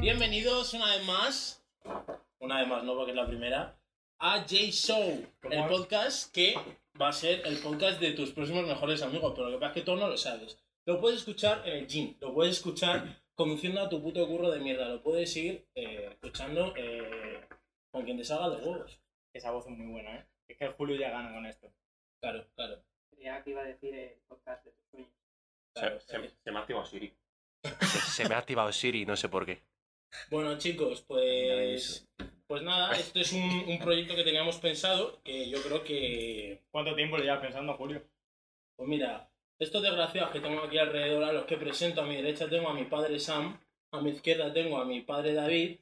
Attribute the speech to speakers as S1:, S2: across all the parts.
S1: bienvenidos una vez más, una vez más no porque es la primera, a J Show,
S2: ¿Cómo
S1: el
S2: es?
S1: podcast que va a ser el podcast de tus próximos mejores amigos, pero lo que pasa es que tú no lo sabes. Lo puedes escuchar en el gym, lo puedes escuchar conduciendo a tu puto curro de mierda, lo puedes ir eh, escuchando eh, con quien te salga los huevos.
S2: Esa voz es muy buena, ¿eh? Es que el Julio ya gana con esto.
S1: Claro, claro.
S3: Creía que iba a decir el podcast de tus sueños.
S1: claro. eh,
S4: me ha activado Siri. Se, se me ha activado Siri, no sé por qué.
S1: Bueno chicos, pues, pues nada, esto es un, un proyecto que teníamos pensado, que yo creo que...
S2: ¿Cuánto tiempo le llevas pensando, Julio?
S1: Pues mira, estos desgraciados que tengo aquí alrededor, a los que presento, a mi derecha tengo a mi padre Sam, a mi izquierda tengo a mi padre David.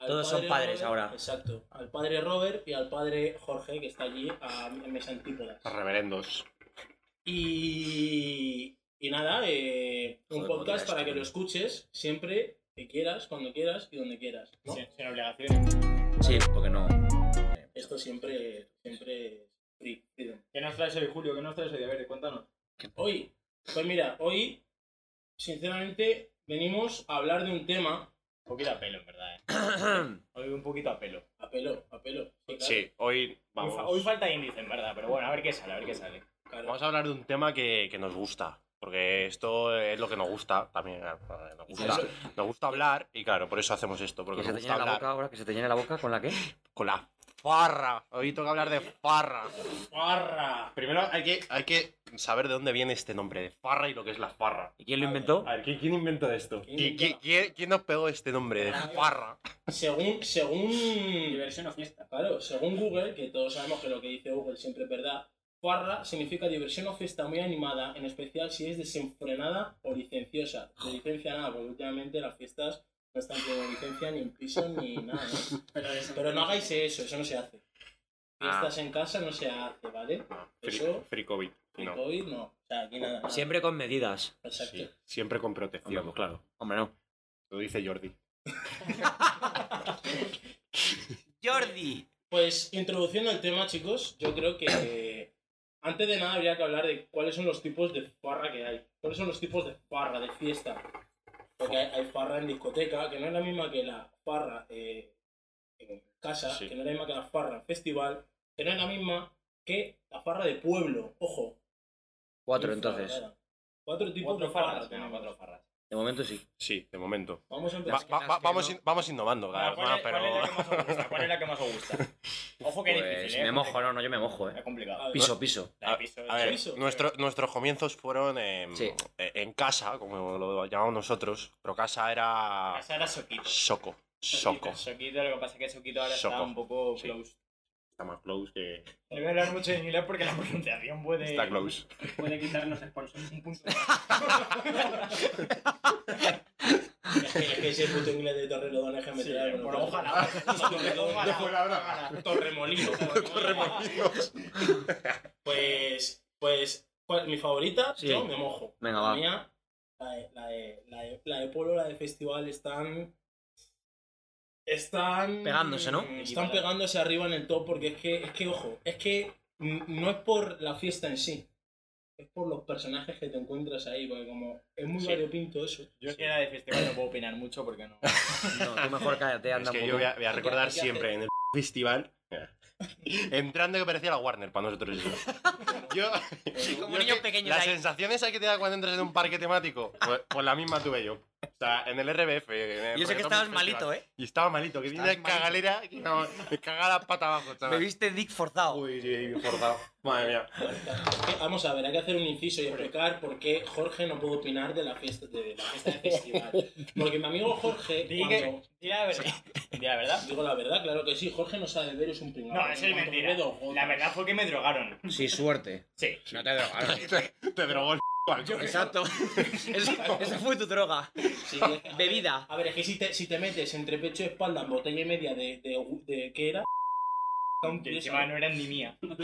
S1: al
S5: Todos son padres
S1: Robert-
S5: ahora.
S1: Exacto, al padre Robert y al padre Jorge, que está allí a, en mis antípodas.
S4: Reverendos.
S1: Y, y nada, eh, un
S5: Joder,
S1: podcast
S5: podcast,
S1: para que
S5: tío.
S1: lo escuches siempre que quieras, cuando quieras y donde quieras. ¿no?
S2: Sin, sin obligaciones.
S5: Sí, porque no.
S1: Esto siempre, siempre free, freedom.
S2: ¿Qué nos traes hoy, Julio? ¿Qué nos traes hoy? A ver, cuéntanos.
S1: Hoy, pues mira, hoy, sinceramente, venimos a hablar de un tema
S2: Un poquito a pelo, en verdad, ¿eh? Hoy un poquito a pelo.
S1: Apeló, apeló.
S4: Sí, hoy
S2: Hoy,
S4: vamos,
S2: fa- hoy falta índice, en verdad, pero bueno, a ver qué sale, a ver qué sale.
S1: claro, claro.
S4: vamos a hablar de un tema que, que nos gusta. Porque esto es lo que nos gusta también. eh, Nos gusta, nos gusta hablar y claro, por eso hacemos esto. Porque
S5: Que se
S4: nos
S5: te
S4: gusta
S5: llene la
S4: hablar
S5: boca ahora, que se te llene la boca con la que.
S4: con la farra. Hoy toca hablar de farra.
S1: ¡Farra!
S4: Primero hay que, hay que saber de dónde viene este nombre de farra y lo que es la farra.
S5: ¿Y quién lo inventó?
S4: A ver, ¿quién, quién inventó esto?
S1: ¿Quién
S4: ¿Qui- qui-
S1: inventó?
S4: quién- quién nos pegó este nombre de farra?
S1: Según, según,
S3: Diversión o fiesta.
S1: claro, según Google, que todos sabemos que lo que dice Google siempre es verdad, farra significa diversión o fiesta muy animada, en especial si es desenfrenada o licenciosa. De licencia nada, porque últimamente las fiestas no están con licencia ni en piso ni nada. ¿no? Pero no hagáis eso, eso no se hace. Fiestas en casa no se hace, ¿vale? Eso-
S4: free, free COVID.
S1: Y
S4: No.
S1: COVID no. O sea, aquí nada. nada.
S5: Siempre con medidas.
S1: Exacto.
S4: Sí, siempre con protección.
S5: Hombre, pues claro. Hombre, no.
S4: Lo dice Jordi.
S5: ¡Jordi!
S1: Pues introduciendo el tema, chicos, yo creo que eh, antes de nada habría que hablar de cuáles son los tipos de farra que hay. ¿Cuáles son los tipos de farra, de fiesta? Porque hay, hay farra en discoteca, que no es la misma que la farra eh, en casa,
S4: Sí.
S1: que no es la misma que la farra en festival, que no es la misma que la farra de pueblo. Ojo.
S5: Cuatro,
S1: muy
S5: entonces.
S1: farrera. Cuatro tipos
S2: Cuatro
S1: de farra.
S2: farras, venga,
S1: tenemos.
S2: cuatro farras.
S5: De momento sí.
S4: Sí, de momento.
S1: Vamos a
S4: Va-
S1: empezar.
S5: que
S4: va-
S5: las
S4: va-
S5: que
S4: vamos,
S5: no-
S4: in- vamos innovando, cada
S2: Bueno,
S4: vez
S2: ¿cuál,
S4: más,
S2: es,
S4: pero.
S2: cuál es la que más os gusta? ¿Cuál es la que más os gusta? Ojo que
S5: Pues
S2: difícil, ¿eh?
S5: me mojo,
S2: Es
S5: no, no, yo me mojo, eh.
S2: complicado.
S5: Piso, piso.
S2: La de piso,
S4: A ver,
S1: Chorizo.
S4: nuestro- nuestros comienzos fueron en,
S5: Sí.
S4: eh, en casa, como lo llamamos nosotros, pero casa era
S2: Casa era Soquito.
S4: Soco. ah. Soco.
S2: Soquito, lo que pasa es que Soquito ahora está
S4: Soco.
S2: un poco
S4: Sí.
S2: close.
S4: Está más close que...
S2: No voy a hablar mucho de inglés porque la pronunciación puede...
S4: Está close.
S3: Puede quitarnos sponsors.
S2: Un punto.
S1: Es que, es que ese puto inglés de Torrelodones es que me
S2: Sí,
S1: trae con
S2: bueno,
S1: los-
S2: ojalá.
S1: Torrelodones.
S2: Ojalá.
S1: Torremolino. Pues, pues, ¿cuál- mi favorita,
S5: Sí.
S1: yo me mojo.
S5: Venga,
S1: la
S5: va.
S1: mía, la de, la, de, la, de, la de pueblo, la de festival, están. Están. mm,
S5: Pegándose, ¿no?
S1: Están pegándose arriba en el top porque es que, es que ojo, es que n- no es por la fiesta en sí. Es por los personajes que te encuentras ahí, porque como es muy
S4: Sí.
S1: variopinto eso.
S2: Yo es que era de festival no puedo opinar mucho porque no...
S5: No, tú mejor cállate,
S4: Es
S5: anda
S4: que
S5: un
S4: yo voy
S5: poco.
S4: a, voy a recordar
S1: hay que
S4: siempre en el festival. Entrando que parecía la Warner para nosotros. eso. Yo,
S5: Como
S4: yo
S5: niños
S4: que-
S5: pequeños
S4: Las
S5: ahí.
S4: sensaciones hay que te da cuando entras en un parque temático, pues, pues la misma tuve yo. O sea, en el RBF. en el
S5: Y eso que
S4: Reggaeton
S5: estabas
S4: Festival.
S5: malito, eh.
S4: Y estaba malito, que tenía
S5: Estabas
S4: la cagalera, que no, me cagaba la pata abajo,
S5: Me
S4: chaval.
S5: viste Dick forzado.
S4: Uy, sí, bien forzado. Madre mía.
S1: Que- Eh, Vamos a ver, hay que hacer un inciso y explicar por qué Jorge no puede opinar de la fiesta de, la fiesta de festival. Porque mi amigo Jorge,
S2: Di
S1: cuando-
S2: que- di la verdad. Di la verdad.
S1: Digo la verdad, claro que sí, Jorge no sabe ver, es un pringado.
S2: No, eso es
S1: Cuando
S2: mentira.
S1: bebe dos gotas.
S2: La verdad fue que me drogaron.
S5: Sí, suerte.
S2: Sí.
S5: No te drogaron.
S4: Te, te drogó el
S5: Exacto. Eso- Esa fue tu droga.
S1: Sí, es que- a ver-
S5: Bebida.
S1: A ver, es que si te, si te metes entre pecho y espalda en botella y media de, de, de- ¿qué era?
S2: Que encima no eran ni mía.
S5: Pero,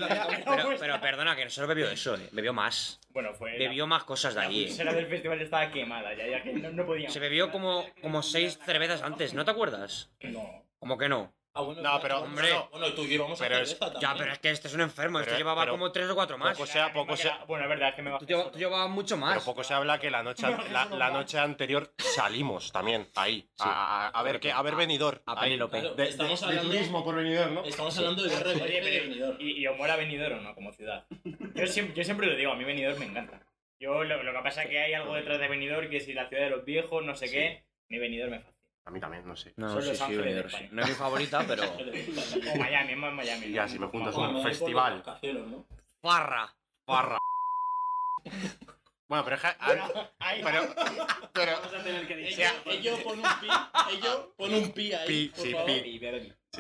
S5: pero perdona, que no solo bebió eso, eh. Bebió más.
S2: pues. Bueno, fue... la-
S5: Bebió más cosas de
S2: La
S5: allí. eh.
S2: pulsera del festival estaba quemada, ya, ya que no, no podíamos.
S5: Se bebió como, como seis cervezas antes, ¿no te acuerdas?
S1: No.
S5: Como que no.
S1: Ah, bueno,
S4: No,
S1: espera,
S4: pero,
S1: vamos a-
S4: hombre,
S1: bueno, tú y yo vamos a
S4: pero
S1: hacer
S4: es-
S1: esta también.
S5: Ya, pero es que este es un enfermo. Este
S4: Pero-
S5: llevaba
S4: pero-
S5: como tres o cuatro más.
S4: poco sea, poco sea.
S2: Bueno, es verdad, es que me
S5: Tú,
S2: bajé
S5: lleva-
S2: solo.
S5: tú llevabas mucho más.
S4: Pero poco se habla que la noche, an- la, la noche anterior salimos también, ahí. A, a- a ver, qué, a ver venidor.
S5: Ah, A
S4: ahí.
S5: Penélope.
S4: De,
S1: Claro,
S4: de-
S1: estamos
S4: de
S1: hablando-
S4: turismo por venidor, ¿no?
S1: Estamos hablando de guerra de
S2: Oye,
S1: Belén y de
S2: pero
S1: Benidorm.
S2: ¿y, y os mola Benidorm o no como ciudad? Yo siempre, yo siempre lo digo, a mí Benidorm me encanta. Yo lo, lo que pasa es que hay algo detrás de Benidorm, que si la ciudad de los viejos, no sé qué, mi Benidorm me fascina.
S4: A mí también, no sé.
S5: No,
S2: Son
S5: sí,
S2: Los
S5: sí,
S2: Ángeles de
S5: venidor, sí.
S2: España.
S5: No es mi favorita, pero.
S2: O Miami, es más Miami.
S4: Y
S2: ¿no?
S4: ya, si me juntas
S2: Vamos,
S1: Bueno, me voy
S4: un
S1: por los
S4: festival.
S1: rascacielos, ¿no?
S5: Farra.
S4: Barra. Bueno, pero es que- ah,
S2: Ay,
S4: pero- pero-
S3: Vamos a tener que
S1: Ello,
S3: editar.
S2: eh,
S1: ello pon un pi, ello pon un pi ahí,
S4: Pi,
S1: por
S4: sí,
S1: favor.
S4: pi. sí,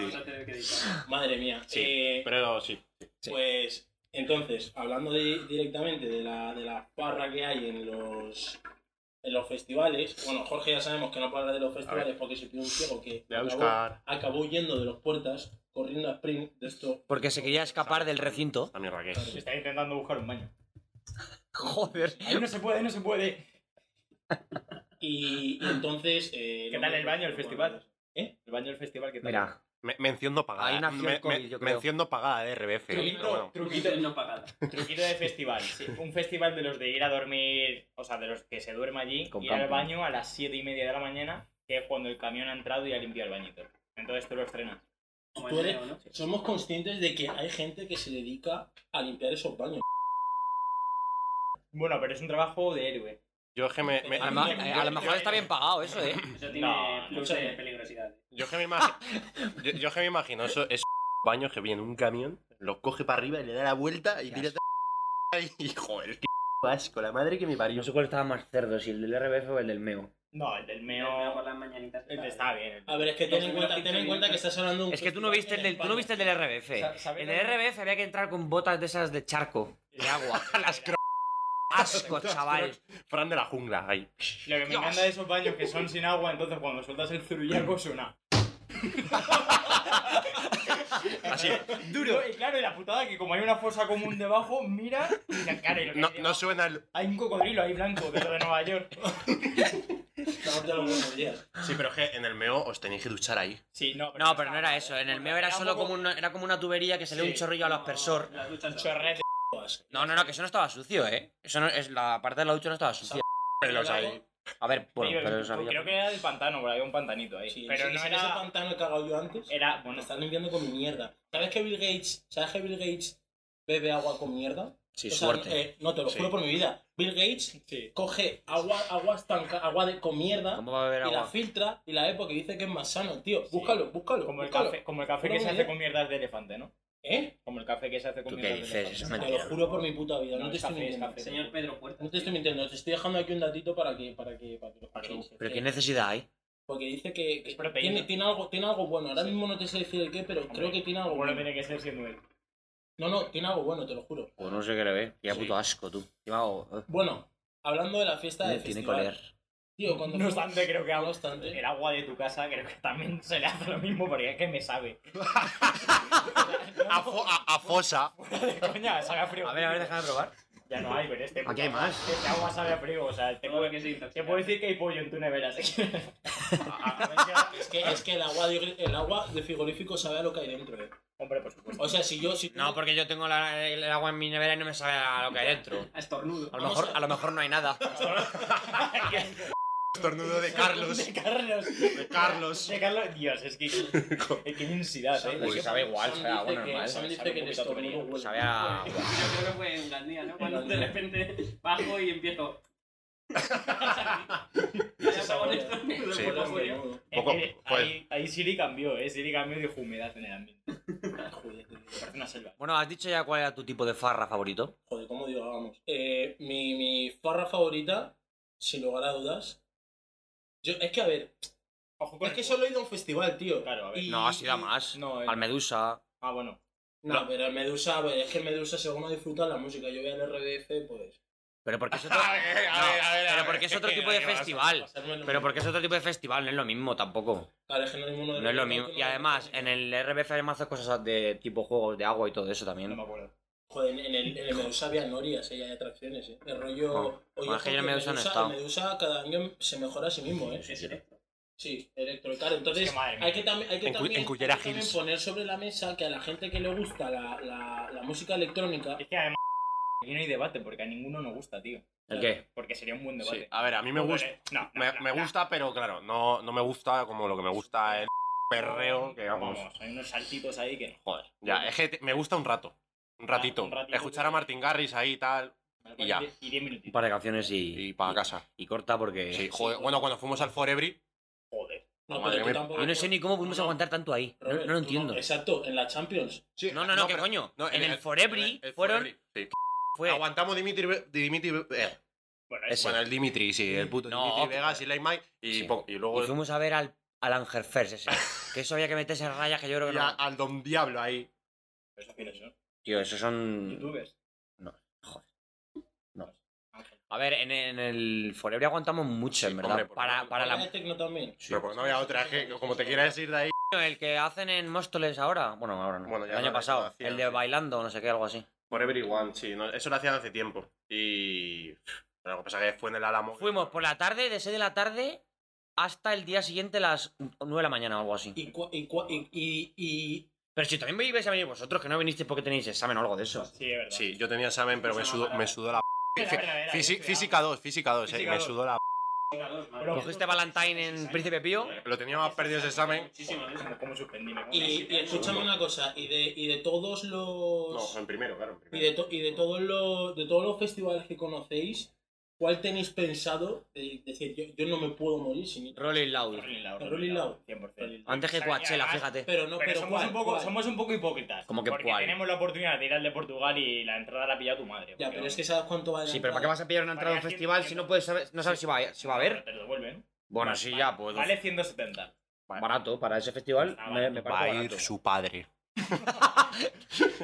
S3: Vamos a tener que editar.
S1: Madre mía.
S4: Sí,
S1: eh,
S4: pero sí.
S5: sí.
S1: Pues, entonces, hablando de- directamente de la, de la parra que hay en los, en los festivales, bueno, Jorge ya sabemos que no puede hablar de los festivales porque se pidió un ciego que
S4: Voy a
S1: acabó,
S4: buscar
S1: acabó huyendo de los puertas, corriendo a sprint de esto.
S5: Porque se quería escapar del recinto.
S4: la mierda que es.
S2: Se está intentando buscar un baño.
S5: Joder.
S2: Ahí no se puede, no se puede.
S1: Y, y entonces... eh,
S2: ¿Qué
S1: lo
S2: tal
S1: más-
S2: el baño, el festival?
S1: ¿Eh?
S2: El baño del festival, ¿qué tal?
S5: Mira,
S4: Me- mención no pagada.
S5: Ahí nació el
S4: Me-
S5: COVID,
S4: me-
S5: yo creo.
S4: Mención no pagada de RBF. eh, pero bueno.
S2: Truquito, truquito,
S3: no pagada.
S2: truquito de festival. Sí, un festival de los de ir a dormir, o sea, de los que se duerme allí,
S5: Con
S2: ir al
S5: camping.
S2: baño a las 7 y media de la mañana, que es cuando el camión ha entrado y ha limpiado el bañito. Entonces tú lo estrenas.
S3: Como
S1: Tú
S3: el
S1: eres-
S3: Neo, ¿no?
S1: Somos conscientes de que hay gente que se dedica a limpiar esos baños.
S2: Bueno, pero es un trabajo de héroe.
S4: Yo es que me, me-
S5: a,
S1: Además-
S5: ma- eh, a lo mejor está bien pagado eso, ¿eh?
S3: Eso tiene
S2: No,
S3: plus
S1: escúchame.
S3: de peligrosidad.
S4: yo es que me imagino, yo, yo es que me imagino eso, esos baños que viene un camión, los coge para arriba y le da la vuelta y tira y joder, qué asco, la madre que me parió.
S5: cuál estaba más cerdo, si el del RBF o el del MEO.
S2: No, el del
S3: El Neo por
S2: meo.
S3: las mañanitas. Ah,
S2: el de- Está bien.
S1: A ver, es que ten en cuenta, ten en cuenta que estás hablando de un
S5: Es que tú no viste el del, tú no viste el del
S2: Sa-
S5: RBF.
S2: ¿sabes
S5: En
S2: dónde-
S5: el RBF había que entrar con botas de esas de charco, de agua.
S4: Las cro-
S5: Asco, chaval.
S4: Fran de la jungla, ahí.
S2: Lo que me encanta de esos baños que son sin agua, entonces cuando sueltas el
S5: Mm.
S2: zurullaco suena.
S4: Así.
S2: Duro. Y claro, y la putada que como hay una fosa común debajo, mira y la cara. Y lo que
S4: No,
S2: hay
S4: no
S2: debajo-
S4: suena el...
S2: Hay un cocodrilo ahí blanco de lo de Nueva York.
S1: Estamos de algunos días.
S4: Sí, pero es que en el meo os tenéis que duchar ahí.
S2: Sí, no,
S5: No, pero no era eso. En el MEO era
S2: un
S5: solo
S2: poco
S5: como una, era como una tubería que salía
S2: Sí.
S5: un chorrillo al aspersor.
S3: Las duchas no.
S2: Chorrete.
S5: No, no, no, que eso no estaba sucio, ¿eh? Eso no, es, la parte de la ducha no estaba sucia.
S4: Pelos ahí.
S5: A ver, bueno,
S2: Digo,
S5: pero eso
S2: Creo
S5: había...
S2: que era del pantano, porque había un pantanito ahí.
S1: Sí,
S2: pero
S1: sí,
S2: no
S1: sí, ese
S2: era. Eh.
S1: pantano he cagado yo antes.
S2: Era,
S1: Me
S2: bueno,
S1: están limpiando con mi mierda. ¿Sabes que Bill Gates, ¿sabes que Bill Gates bebe agua con mierda?
S5: Sí,
S1: O sea,
S5: suerte.
S1: eh, no, te lo
S4: Sí.
S1: juro por mi vida. Bill Gates coge agua, agua estanca, agua de, con mierda
S5: ¿Cómo va a haber
S1: y la
S5: agua?
S1: filtra y la ve porque dice que es más sano, tío. Búscalo, búscalo.
S2: como el
S1: búscalo.
S2: café, como el café que
S1: No,
S2: se hace
S1: mira.
S2: con mierdas de elefante, ¿no?
S1: ¿Eh?
S2: Como el café que se hace con
S5: ¿Tú qué
S2: mierdas de
S5: dices?
S2: elefante.
S5: Eso es
S1: Te lo
S5: mentira.
S1: juro por mi puta vida, no,
S2: No,
S1: te
S2: es
S1: estoy
S2: café, es
S1: mintiendo.
S2: café.
S3: Señor Pedro Puerta.
S1: No te estoy mintiendo, te estoy dejando aquí un datito para que, para que, para que, para que-
S5: ¿Pero qué necesidad hay?
S1: Porque dice que, que
S2: Es proteína.
S1: tiene, tiene algo, tiene algo bueno. Ahora mismo no te sé decir el qué, pero creo que tiene algo
S2: Bueno,
S1: bueno.
S2: tiene que ser siendo él.
S1: No, no, tiene algo bueno, te lo juro.
S5: Pues no sé qué le ve. Qué puto asco, tú. Encima, oh, eh,
S1: Bueno, hablando de la fiesta de
S5: le tiene que oler.
S1: Tío, cuando
S2: No
S1: fuimos-
S2: obstante, creo que
S1: No
S2: agua,
S1: obstante.
S2: el agua de tu casa creo que también se le hace lo mismo porque es que me sabe.
S4: A, fo- a- a fosa.
S2: De coña, sabe a frío.
S5: A ver, a ver, déjame probar.
S2: Ya no hay, pero este.
S5: Aquí hay más.
S2: Este agua sabe a frío, o sea, te
S3: Todo
S2: puedo,
S3: lo que se intoxica.
S2: te puedo decir que hay pollo en tu nevera, así que.
S1: Es que, es que el, agua de, el agua de frigorífico sabe a lo que hay dentro. eh.
S2: Hombre, por supuesto.
S1: O sea, si yo. Si tú-
S5: No, porque yo tengo la- el el agua en mi nevera y no me sabe a lo que hay dentro.
S3: A estornudo.
S5: A lo mejor, a lo mejor no hay nada.
S4: Estornudo de Carlos.
S2: De Carlos.
S4: De Carlos.
S2: De Carlos. Dios, es que. es que intensidad, eh.
S5: Uy, sabe igual,
S1: Sam
S5: sabe a
S1: dice
S5: agua
S1: que-
S5: normal.
S1: Sam dice
S2: sabe
S1: que
S2: un
S1: el
S2: poquito a
S1: estómago
S2: tubería.
S1: huele.
S5: Sabe a...
S3: Yo creo que fue en Gandía, ¿no? Cuando de
S1: Gandía.
S3: repente bajo y empiezo. Ya
S1: Ese
S3: acabo de
S1: sabor,
S3: estornudo,
S4: Sí.
S1: Huele
S3: por
S1: a
S3: lo menos.
S1: menudo.
S2: Es
S4: Poco,
S2: que
S4: pues.
S2: ahí, ahí Siri cambió, ¿eh? Siri cambió y dijo humedad en el ambiente.
S1: Joder, tío.
S2: Parece una selva.
S5: Bueno, ¿has dicho ya cuál era tu tipo de farra favorito?
S1: Joder, ¿cómo digo? Vamos. Eh, mi, mi farra favorita, sin lugar a dudas. Yo, es que, a ver,
S2: Ojo con
S1: es que
S2: el-
S1: solo he ido a un festival, tío.
S2: Claro, a ver.
S1: Y-
S5: No, ha sido a más.
S2: No, eh.
S5: Al Medusa.
S2: Ah, bueno.
S1: No, pero el Medusa, a ver, es que el Medusa, según ha disfrutado la música, yo voy al RDF, pues.
S5: Pero porque es otro...
S4: ver,
S5: No, pero porque es otro tipo de festival.
S1: pasármelo
S5: Pero
S1: bien.
S5: porque es otro tipo de festival, no es lo mismo tampoco.
S1: Claro, es que no, hay ninguno de
S5: No es lo
S1: los-
S5: mismo.
S1: no
S5: Y además, en el RBF hay más cosas de tipo juegos de agua y todo eso
S2: No me
S5: también.
S2: acuerdo.
S1: Joder, en el, en el Medusa había norias, eh, y hay atracciones, eh. El rollo.
S5: Ah,
S1: Oye,
S5: bueno, es que yo en
S1: porque
S5: Medusa no he
S1: Medusa-
S5: estado.
S1: el Medusa cada año se mejora a sí mismo, eh.
S3: Es esto.
S1: Sí, electrocar. Entonces,
S2: Es que madre mía.
S1: hay que, también- hay que
S4: En cu-
S1: también,
S4: en Cullera
S1: hay que también
S4: Hills.
S1: poner sobre la mesa que a la gente que le gusta la, la- la música electrónica.
S2: Es que además aquí no hay debate porque a ninguno nos gusta, tío.
S5: ¿El qué?
S2: Porque sería un buen
S4: Sí,
S2: debate.
S4: a ver, a mí me gusta.
S2: No, no,
S4: Me,
S2: no,
S4: me
S2: no.
S4: gusta, pero claro, no, no me gusta como lo que me gusta el perreo, que vamos.
S2: hay unos saltitos ahí que no.
S4: Joder, ya, es que te- me gusta un rato. Ah, Un ratito.
S2: un ratito.
S4: Escuchar a Martin Garrix ahí y tal. Y ya.
S2: Y 10
S5: Un
S2: minutitos.
S5: par de canciones y.
S4: Y para casa.
S5: Y corta porque.
S4: Sí, joder, Bueno, cuando fuimos al Forebri,
S2: Joder.
S1: No,
S4: madre
S1: pero tú
S4: mía.
S1: tampoco-
S5: Yo no sé ni cómo pudimos
S1: No, no.
S5: aguantar tanto ahí. No, no
S1: Robert, tú
S5: lo entiendo.
S1: exacto, en la Champions.
S4: Sí,
S5: No, no, no, ¿qué
S4: pero-
S5: coño?
S4: no,
S5: en, el Forebri
S4: el
S5: fueron.
S4: Forebri, sí.
S5: Fue...
S4: Aguantamos Dimitri. Dimitri eh,
S2: Bueno,
S5: Ese.
S4: Bueno, el Dimitri, sí, el puto
S5: No,
S4: Dimitri
S5: que-
S4: Vegas y Late Mike. Y,
S5: Sí.
S4: po- y luego.
S5: Y fuimos a ver al, al Anger Fers ese. Que eso había que meterse rayas que yo creo que
S4: y a-
S5: no.
S4: al Don Diablo ahí.
S2: ¿Eso quiénes son?
S5: Tío, esos son.
S2: ¿Youtubers?
S5: A ver, en, en el Forever aguantamos
S4: Sí,
S5: mucho, en verdad.
S4: hombre, por
S5: para
S4: favor.
S5: Ah, para
S1: Habla
S5: la.
S1: de tecno también.
S5: Sí.
S4: Pero porque no había otra, es que como te quieras ir de ahí.
S5: El que hacen en Móstoles ahora. Bueno, ahora no.
S4: Bueno, ya
S5: el año
S4: lo
S5: pasado.
S4: hacían,
S5: El de
S4: sí.
S5: bailando, no sé qué, algo así.
S4: Forever One, sí, no, eso lo hacían hace tiempo. Y. Pero lo que pasa es que fue en el Álamo.
S5: Fuimos por la tarde, de 6 de la tarde hasta el día siguiente, las 9 de la mañana o algo así.
S1: Y, cua- y, cua- y, y, y-
S5: Pero si también vais a venir vosotros, que no vinisteis porque tenéis examen o algo de eso.
S2: Sí, es verdad.
S4: Sí, yo tenía examen, pero me sudó, me sudó la.
S2: Espera, espera, espera,
S4: Fisi-
S2: espera.
S4: física 2, física 2, eh,
S2: Física
S4: me
S2: dos.
S4: sudó la.
S2: Pero-
S5: ¿Cogiste Valentine en Príncipe Pío?
S4: Lo tenía más perdido ese examen.
S3: Muchísimo, ¿eh?
S2: ¿Cómo, cómo suspendí? Me
S1: y- y escúchame una cosa, y de, y de todos los.
S4: No, en primero, claro. en
S1: Y de,
S4: primero.
S1: to- y de todos los de todos los festivales que conocéis, ¿cuál tenéis pensado? De, decir, yo, yo no me puedo morir sin ir.
S5: Rolling Loud.
S2: Rolling Loud.
S1: Rolling
S2: Rolling
S1: Loud.
S2: Loud, 100%.
S5: Antes que
S2: O sea, y
S5: Coachella,
S2: además-
S5: fíjate.
S1: Pero no,
S2: Pero
S1: pero,
S2: somos,
S1: ¿cuál?
S2: un poco,
S1: ¿Cuál?
S2: somos un poco hipócritas.
S5: ¿Cómo que
S2: porque
S5: cuál?
S2: tenemos la oportunidad de ir al de Portugal y la entrada la ha pillado tu madre.
S1: Ya,
S2: porque
S1: pero
S2: no-
S1: es que sabes cuánto va de
S5: Sí, pero ¿para qué vas a pillar una entrada a un
S2: Vale,
S5: festival si no puedes saber, no sabes si va, a- si va a haber?
S2: Te lo devuelven.
S5: Bueno, sí, ya, pues.
S2: Vale 170.
S5: Barato, para ese festival
S2: Ah,
S5: me, me
S4: Va a
S5: parece
S4: ir
S5: barato.
S4: su padre.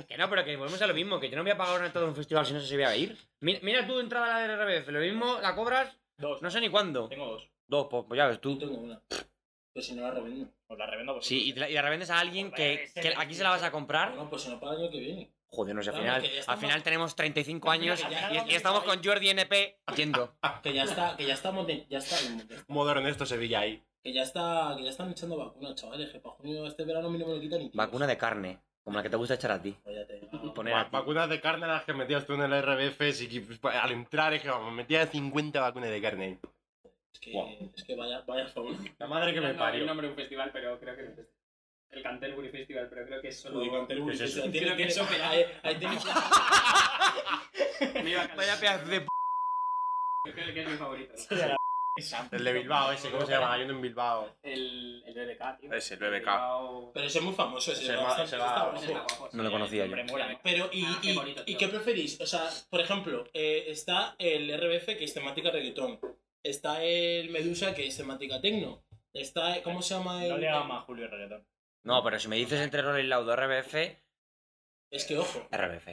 S5: Que no, pero que volvemos a lo mismo, que yo no voy a pagar una entrada a un festival si no sé si voy a ir. Mi- Mira, tú entrada a la de RBF, lo mismo la cobras
S2: Dos.
S5: no sé ni cuándo.
S2: Tengo dos.
S5: Dos, pues, pues ya ves
S1: Yo
S5: tú.
S1: tengo una. Pero si no la revendo.
S2: Os la revendo a vosotros.
S5: Sí, y te la, y la revendes a alguien que, que aquí se la vas a comprar.
S1: Bueno, pues si no para el año que viene.
S5: Joder, no sé, al
S1: Claro,
S5: final,
S1: que ya estamos-
S5: al final tenemos 35 años
S1: que ya
S5: y- y,
S1: estamos-
S5: estamos con Jordi NP yendo.
S1: Que ya está, que ya estamos de- ya está,
S4: Moderno esto Sevilla ahí.
S1: que ya está, que ya están echando vacunas, chavales, que para junio este verano a mí no me lo quitan ni Pues Dios.
S5: Vacuna de carne, como la que te gusta echar a ti.
S1: Cállate, no.
S5: Poner
S4: Va-
S5: a ti.
S4: Vacunas de carne las que metías tú en el RBF. sí que- pues, al entrar, es que vamos, metía 50 vacunas de carne ahí.
S1: Es que,
S4: Guau.
S1: es que vaya, vaya favor.
S4: La madre que me
S3: No, no, hay un
S4: parió.
S3: nombre de un festival, pero creo que no es este. El Canterbury Festival, pero creo que es solo.
S1: ¿Qué
S4: es eso?
S1: Tiene,
S3: Creo que
S1: tiene-
S3: eso-
S1: ahí, ahí tienes-
S3: Me iba a
S5: Vaya pedazo de p.
S3: Creo que es mi favorito. ¿no?
S4: El de Bilbao, ese, ¿cómo se llama? Hay uno en Bilbao.
S3: El, el BBK, tío.
S4: Ese, el BBK.
S3: Bilbao-
S1: Pero ese es muy famoso, ese,
S4: Ese
S1: es
S4: va-
S1: bastante-
S4: ese va-
S1: está
S3: Ese está
S1: guapo.
S3: guapo, sí.
S5: No lo conocía yo.
S2: Hombre, mola.
S1: Pero, ¿y,
S3: Ah, qué
S1: y-
S3: bonito,
S1: y
S3: tío.
S1: qué preferís? O sea, por ejemplo, eh, está el RBF que es temática reggaetón. Está el Medusa que es temática tecno. Está, eh, ¿cómo se llama? El...
S2: No le hagas más Julio Reggaetón.
S5: No, pero si me dices entre Rolling Loud o RBF,
S1: Es que, ojo,
S5: RBF.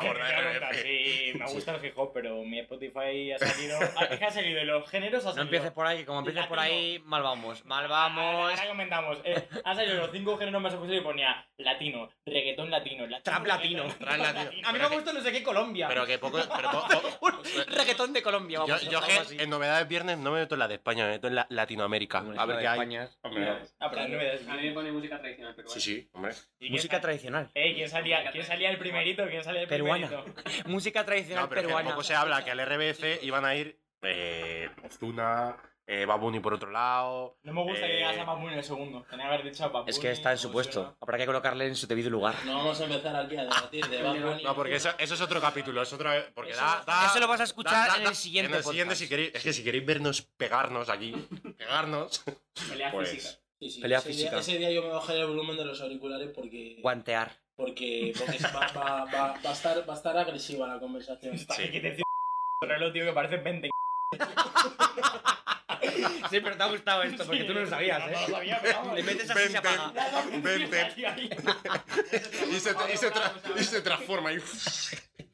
S2: Te voy
S4: Gorda
S2: a
S4: RBF.
S2: contar, Sí, me gusta el hip hop, pero mi Spotify ha salido. Ah, Es que ha salido de los géneros. Ha
S5: No
S2: salido...
S5: empieces por ahí, que como empieces por ahí, mal vamos. Mal
S2: Ahora,
S5: vamos.
S2: ahora comentamos. Eh, ha salido los cinco géneros más escuchados y ponía latino, reggaetón latino, latino,
S5: Trap latino,
S2: reggaetón,
S4: trap latino.
S2: A mí me
S4: Pero que-
S2: gusta no sé qué Colombia.
S4: Pero que poco. Pero po- po-
S5: Reggaetón de Colombia,
S4: yo,
S5: vamos.
S4: yo que en novedades viernes no me meto en la de España, me meto en la
S5: Ah,
S4: Latinoamérica. A ver qué hay. Hombre.
S2: Ah, pero no me das.
S3: A mí me pone música tradicional, pero
S4: Sí,
S3: bueno.
S4: sí, hombre.
S2: ¿Y quién
S5: Música
S2: sal-
S5: tradicional.
S2: Eh, ¿quién salía, ¿quién salía el primerito? ¿Quién salía el
S5: Peruana.
S2: primerito?
S5: Música tradicional
S4: No, pero que
S5: peruana.
S4: tampoco se habla que al RBF iban a ir eh, Ozuna, eh, Bad Bunny por otro lado.
S2: No me gusta que
S4: Eh.
S2: digas a Papu en el segundo. Tenía que haber dicho a Papu.
S5: Es que está en su puesto. Habrá que colocarle en su debido lugar.
S1: no vamos a empezar aquí a debatir
S5: Ah,
S1: de Bad Bunny.
S4: No, porque eso, eso es otro capítulo, es otra porque da, da-
S5: Eso lo vas a escuchar
S4: da- da-
S5: en
S4: da-
S5: el siguiente
S4: en el siguiente
S5: podcast.
S4: si queréis, es que si queréis vernos pegarnos aquí, pegarnos,
S3: Pelea
S4: Pues-
S3: física.
S1: Sí, sí,
S5: Pelea
S1: ese
S5: física.
S1: Día, ese día yo me bajaré el volumen de los auriculares porque.
S5: Guantear.
S1: Porque, porque va, va- va- va a estar, va a estar agresiva la conversación.
S4: Sí.
S2: Hay que decir reloj, tío, que parece 20.
S5: Sí, pero te ha gustado esto,
S2: No, no lo sabía, pero vamos.
S5: ¿eh? Le metes así y se apaga.
S4: vente, y se, y se tra- y se transforma y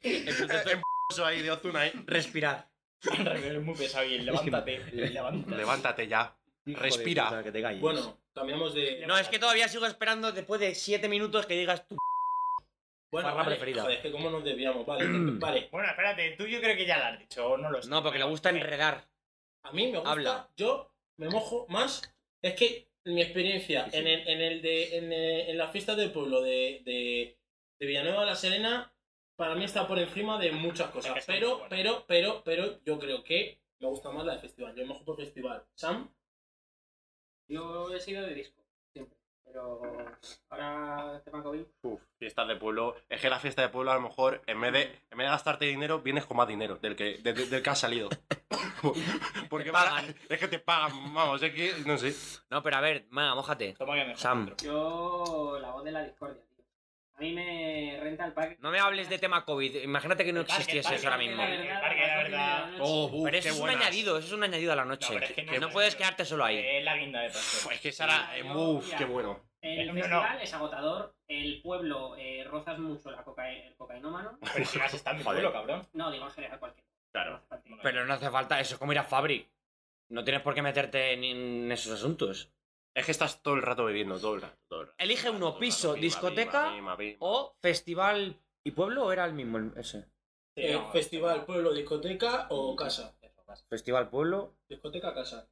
S4: en p***o ahí de Ozuna ¿eh? ahí.
S5: Respirar.
S2: Es muy pesado y el levántate. el levántate.
S4: Levántate ya. Respira.
S5: que te calles.
S1: Bueno, cambiamos de.
S5: No, es que todavía sigo esperando después de 7 minutos que digas tú.
S1: bueno,
S5: farra
S1: vale,
S5: preferida.
S1: joder, es que cómo nos desviamos. Vale, vale.
S2: Bueno, espérate, tú yo creo que ya lo has dicho, o no lo sé.
S5: No, porque le gusta enredar.
S1: A mí me gusta.
S5: Habla.
S1: Yo me mojo más. Es que mi experiencia en el, en el de en, el- en las fiestas del pueblo de, de, de Villanueva de la Serena, para mí está por encima de muchas
S2: Es que
S1: cosas.
S2: está muy
S1: Pero,
S2: bueno.
S1: pero, pero, pero, yo creo que me gusta más la de festival. Yo me mojo por festival. Sam,
S3: Yo he sido de disco, siempre. Pero ahora, tema COVID,
S4: Uf, fiestas de pueblo. Es que la fiesta de pueblo, a lo mejor, en vez de, en vez de gastarte dinero, vienes con más dinero del que, de- de- del que has salido. Porque
S5: Te
S4: para-
S5: pagan.
S4: es que te pagan, vamos, es que, no sé.
S5: No, pero a ver, maga, mójate.
S2: Toma que me
S5: Sam.
S2: jodas.
S3: yo la voz de la discordia, tío. A mí me renta el parque.
S5: No me hables de tema COVID. Imagínate que no
S2: El parque,
S5: existiese
S2: el
S5: eso
S2: parque,
S5: ahora mismo. ¿eh?
S2: el parque, la verdad.
S4: Oh, uf,
S5: Pero eso
S4: qué
S5: es un
S4: buenas.
S5: añadido, eso es un añadido a la noche.
S2: No, pero es que
S5: que
S2: no-
S5: no puedes quedarte solo ahí.
S2: Es la guinda de pastel.
S4: Uf, es que Sara, eh, uf, qué bueno.
S3: El
S2: No, no.
S3: festival es agotador, el pueblo eh, rozas mucho la coca el cocainómano.
S2: Pero si has estado en mi
S4: Joder.
S2: pueblo, cabrón.
S3: No, digo en general cualquier.
S4: Claro.
S5: Pero no hace falta, eso es como ir a Fabric. No tienes por qué meterte en, en esos asuntos.
S4: Es que estás todo el rato bebiendo, todo el rato. todo el rato.
S5: Elige uno,
S4: Todo el rato,
S5: piso,
S4: bim, bam,
S5: discoteca
S4: bim, bam, bim.
S5: O festival y pueblo, ¿o era el mismo el- ese.
S1: eh, festival, pueblo, discoteca o casa.
S5: Festival pueblo.
S1: Discoteca, casa.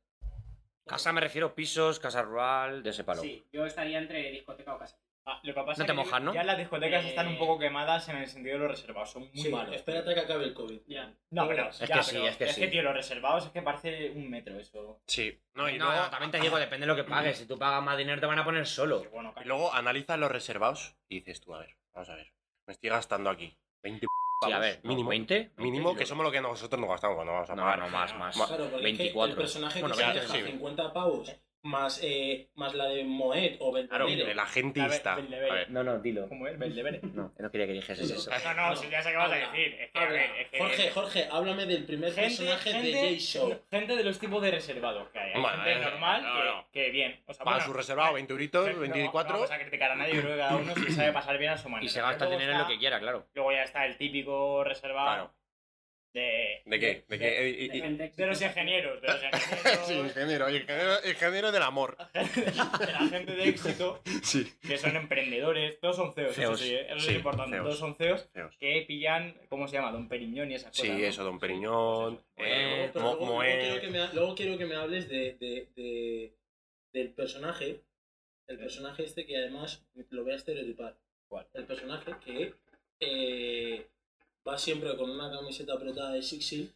S5: Casa me refiero a pisos, casa rural, de ese palo.
S3: Sí, yo estaría entre discoteca o casa.
S2: Ah, lo que pasa
S5: No te
S2: es que
S5: mojas, ¿no?
S2: Ya las discotecas
S3: Eh,
S2: están un poco quemadas en el sentido de los reservados. Son muy
S1: Sí,
S2: malos.
S1: espérate a que acabe el COVID.
S3: Ya.
S2: No, pero.
S1: Es
S5: que
S2: ya,
S5: sí,
S2: pero
S5: es que sí.
S2: tío, los reservados es que parece un metro eso.
S4: Sí. No, y
S5: No,
S4: luego,
S5: no, también te digo, depende de lo que pagues. Si tú pagas más dinero, te van a poner solo.
S2: Que bueno,
S4: y luego analizas los reservados y dices tú, a ver, vamos a ver. Me estoy gastando aquí 20
S5: Sí, a
S4: pavos,
S5: ver, no,
S4: mínimo.
S5: 20.
S4: Mínimo, que somos lo que nosotros nos gastamos cuando vamos a
S5: No,
S4: pagar.
S5: no, más, más.
S4: Ma-
S1: Claro, porque es que
S5: 24.
S1: el personaje
S5: Bueno,
S1: que se
S4: 20,
S1: deja
S4: sí.
S1: 50 pavos más, eh, más la de Moet o
S4: Claro,
S1: Belvedere.
S4: la gente
S2: A ver,
S4: está.
S2: del nivel.
S5: No, no, dilo.
S2: ¿Cómo Ah, es? Belvedere.
S5: No, no quería que dijeses eso.
S2: No, no, si ya sé qué vas a
S1: Habla,
S2: decir. Es que, a
S1: Habla.
S2: ver, es que-
S1: Jorge, Jorge, háblame del primer personaje de J-Show.
S2: gente de los tipos de reservados que hay. Hay
S4: Bueno,
S2: gente
S4: eh,
S2: normal
S4: no,
S2: que,
S4: no.
S2: que bien. O sea,
S4: Para
S2: bueno,
S4: su reservado,
S2: no,
S4: 20 euritos,
S2: no, No
S4: 24.
S2: vamos a criticar a nadie, yo creo que cada uno se sabe pasar bien a su manera.
S5: Y se gasta el
S2: Luego
S5: dinero en lo
S2: está-
S5: que quiera, claro.
S2: Luego ya está el típico reservado
S4: Claro.
S2: de...
S4: ¿De qué? ¿De qué? Y-
S3: De
S4: y- y-
S3: gente
S2: De los ingenieros, de los ingenieros,
S4: Sí, ingeniero, ingeniero, ingeniero del amor.
S2: de la gente de éxito,
S4: Sí.
S2: que son emprendedores, todos son CEOs,
S4: Feos,
S2: eso sí, eh, eso sí
S4: sí,
S2: es importante,
S4: feos.
S2: todos son CEOs
S4: Feos.
S2: que pillan, ¿cómo se llama? Don Periñón y esas
S4: Pues Sí,
S2: cosas. ¿no?
S4: eso, Don Periñón,
S2: Pues
S4: eh,
S1: Pero
S4: Mo-
S1: luego, luego quiero
S4: Moe.
S1: que me, ha- luego quiero que me hables de, de- de- del personaje. El personaje este que además lo voy a estereotipar.
S2: Eh. ¿Cuál?
S1: El personaje que eh, va siempre con una camiseta apretada de Six Silk.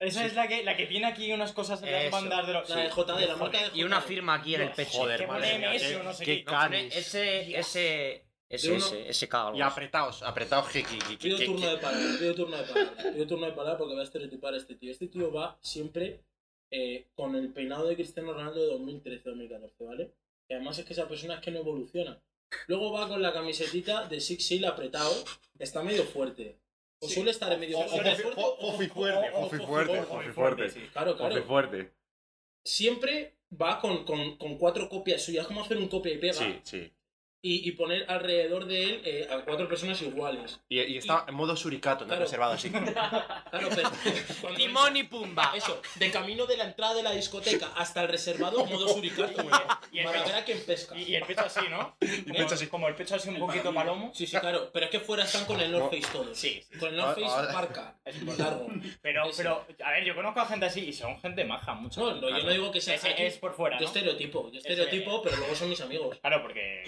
S2: Esa es la que, la que tiene aquí unas cosas de las
S5: Eso.
S2: bandas de los...
S1: La de JD, la marca de JD.
S5: Y una firma aquí en el
S2: Dios,
S5: pecho.
S4: Joder,
S2: que
S4: madre
S2: pone
S4: mía.
S2: MS
S4: qué-
S2: o no sé qué.
S4: Qué
S5: No, pone
S4: canis.
S5: ese, ese,
S1: De
S5: ese,
S1: uno-
S5: ese, ese cago.
S4: Y apretaos, apretaos. que- que- que-
S1: Pido
S4: que-
S1: turno
S4: que-
S1: de palabra, pido turno de palabra, pido turno de palabra porque va a estereotipar a este tío. Este tío va siempre eh, con el peinado de Cristiano Ronaldo de 2013-2014, ¿vale? Que además es que esa persona es que no evoluciona. Luego va con la camisetita de Six Seal apretado, está medio fuerte. O
S2: Sí.
S1: suele estar medio
S2: O- o
S1: fuerte.
S2: fofi-
S1: fuerte,
S4: fo-
S1: o
S4: fofi
S1: fo-
S4: fuerte,
S1: o- o
S4: fofi fuerte,
S1: gordo.
S4: fofi
S2: Muy
S4: fuerte.
S2: sí.
S1: Claro,
S4: Hombre
S1: claro.
S4: fuerte.
S1: Siempre va con, con, con cuatro copias suyas, como hacer un copia y pega.
S4: Sí, sí.
S1: Y, y poner alrededor de él eh, a cuatro personas iguales.
S4: Y, y está en modo suricato, no
S1: Claro.
S4: reservado así.
S1: Claro, pero cuando-
S5: Timón y Pumba.
S1: Ah. Eso, de camino de la entrada de la discoteca hasta el reservado, modo suricato, güey.
S2: Y el
S1: Para
S2: pecho-
S1: ver a quién pesca.
S2: Y, y el pecho así, ¿no?
S4: Y pecho así.
S2: Como el pecho así un poquito palomo.
S1: Sí, sí, claro. Pero es que fuera están con el North Face todos.
S2: Sí, sí.
S1: Con el North
S4: Ah,
S1: Face
S4: ah.
S1: parca.
S2: Es
S1: Largo.
S2: Pero,
S1: Ese.
S2: pero, a ver, yo conozco a gente así y son gente maja, mucho.
S1: No, no, yo no digo que sea
S2: Ese
S1: aquí.
S2: es por fuera,
S1: Yo
S2: ¿no?
S1: estereotipo, yo
S2: Ese-
S1: estereotipo, pero luego son mis amigos.
S2: Claro, porque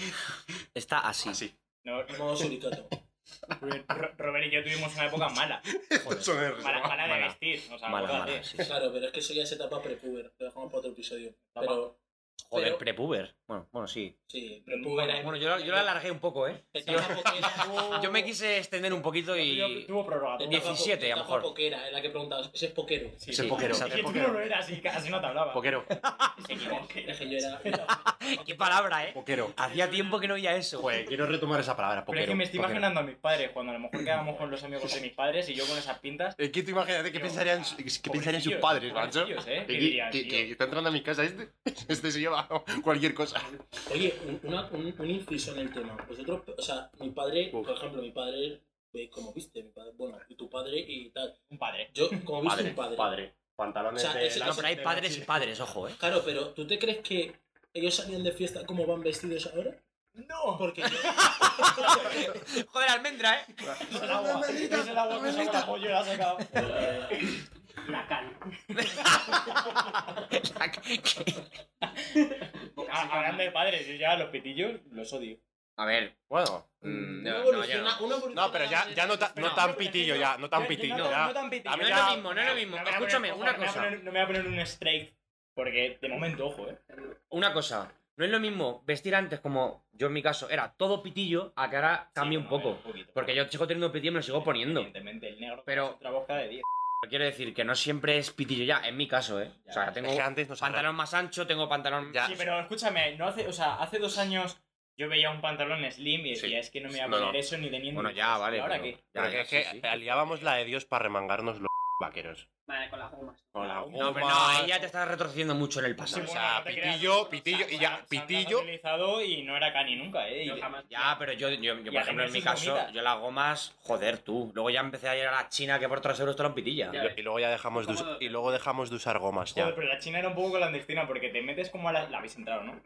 S5: Está así.
S4: Así.
S2: no,
S1: Modo suricato.
S2: Ro- Robert y yo tuvimos una época mala.
S5: Joder.
S4: Son
S2: Mala,
S4: el reservado.
S2: mala de
S5: Mala.
S2: vestir. O sea,
S5: Mala,
S2: acuérdate.
S5: mala, sí.
S1: Claro, pero es que eso ya es etapa prepuber. Lo dejamos para otro episodio. Pero,
S5: Joder,
S1: Pero-
S5: prepuber. Bueno, bueno, sí.
S1: sí, prepuber.
S5: Bueno, yo, la- yo la alargué un poco, ¿eh?
S1: Etapa poquera.
S5: Yo me quise extender un poquito
S2: Tuvo-
S5: y...
S2: Tuvo prórroga. tuvo
S1: Etapa-
S5: 17 a lo
S1: etapa
S5: mejor.
S1: poquera, en la que preguntabas, ¿ese es poquero?
S4: Es el poquero.
S5: exacto,
S2: prórroga.
S5: el
S2: Es que tú no lo eras y casi no te hablaba.
S4: Poquero.
S1: Es que yo era...
S5: Qué palabra, ¿eh?
S4: Poquero. Pues,
S5: Hacía tiempo que no oía eso.
S4: Joder, quiero retomar esa palabra,
S2: Pero
S4: poquero.
S2: es que me estoy
S4: poquero.
S2: imaginando a mis padres cuando a lo mejor quedábamos con los amigos de mis padres y yo con esas pintas.
S4: Es que tú imagínate qué
S2: Tío,
S4: pensarían,
S2: ah,
S4: qué pensarían sus
S2: pobrecillos,
S4: padres, macho.
S2: pobrecillos, ¿eh?
S4: Que-
S2: ¿Qué dirían,
S4: que-
S2: tío?
S4: que está entrando a mi casa este. Este se lleva cualquier cosa.
S1: Oye, un, una- un, un inciso en el tema. Vosotros, o sea, mi padre,
S4: Uf.
S1: por ejemplo, mi padre, eh, como viste, mi padre, bueno, y tu padre y tal.
S2: Un padre.
S1: Yo, como viste, un padre.
S4: Pantalones
S1: O sea, de ese-
S5: No, pero hay padres y padres, ojo, ¿eh?
S1: Claro, pero ¿tú te crees que ellos salían de fiesta como van vestidos ahora? No, porque yo-
S5: Joder, almendra, ¿eh?
S2: Es el agua. Es el agua que se la pollo la ha sacado.
S3: La cal. Boca
S2: Ah,
S3: seca.
S2: Hablando de padres, yo ya los pitillos los odio.
S5: A ver.
S4: Bueno.
S5: mm,
S1: Una
S5: No, no, yo
S1: evolución-
S5: no.
S1: una evolución
S4: No, pero ya, ya no, ta- no tan pitillo, ya. No tan
S2: Yo- yo
S4: pitillo,
S2: no,
S4: ya.
S2: no tan pitillo.
S4: A mí
S5: No es
S4: ya-
S5: lo mismo, no es lo mismo.
S2: No me voy a poner-
S5: Escúchame,
S2: ojo,
S5: una
S2: no me voy a
S5: cosa.
S2: poner- No me voy a poner un straight. Porque de momento, ojo, eh.
S5: Una cosa. No es lo mismo vestir antes como yo en mi caso era todo pitillo a que ahora cambie
S2: Sí,
S5: un
S2: no, eh, a ver,
S5: poco. Porque yo sigo teniendo pitillo y me lo sigo poniendo.
S2: Evidentemente, el negro
S5: Pero-
S2: es otra boca de 10.
S5: Pero Quiero decir que no siempre es pitillo ya, en mi caso, ¿eh? O sea, tengo
S4: Es que antes nos arra-
S5: pantalón más ancho, tengo pantalón...
S4: Ya.
S2: Sí, pero escúchame, no hace, o sea, hace dos años yo veía un pantalón slim y decía,
S4: Sí.
S2: es que no me voy a
S4: No,
S2: poner
S4: no.
S2: eso ni teniendo.
S5: Bueno, ya,
S2: hijos.
S5: vale.
S2: ¿Y ahora
S5: pero-
S2: qué?
S5: ya,
S4: Porque
S5: ya,
S4: es que
S5: sí, sí.
S4: liábamos la de Dios para remangarnos los vaqueros.
S3: Vale, con las gomas.
S4: Con la
S5: No, pero no, eh.
S4: goma,
S5: ahí ya te estás retrocediendo mucho en el
S4: Sí,
S5: pasado.
S4: o sea,
S2: te
S4: pitillo,
S2: creas.
S4: pitillo, y ya,
S2: Sandra
S4: pitillo.
S2: utilizado y no era cani nunca, eh. Y-
S3: Yo jamás.
S5: Ya, pero yo, yo, yo,
S2: Y
S5: por ejemplo,
S2: además
S5: en mi
S2: es
S5: caso,
S2: bonita.
S5: yo las gomas, joder, tú. Luego ya empecé a ir a la China, que por 3 euros te lo pitilla.
S4: Y lo- Y luego ya dejamos de, us-
S3: Cómodo.
S4: y luego dejamos de usar gomas
S2: Joder,
S4: ya.
S2: pero la China era un poco clandestina porque te metes como a la. La habéis entrado, ¿no?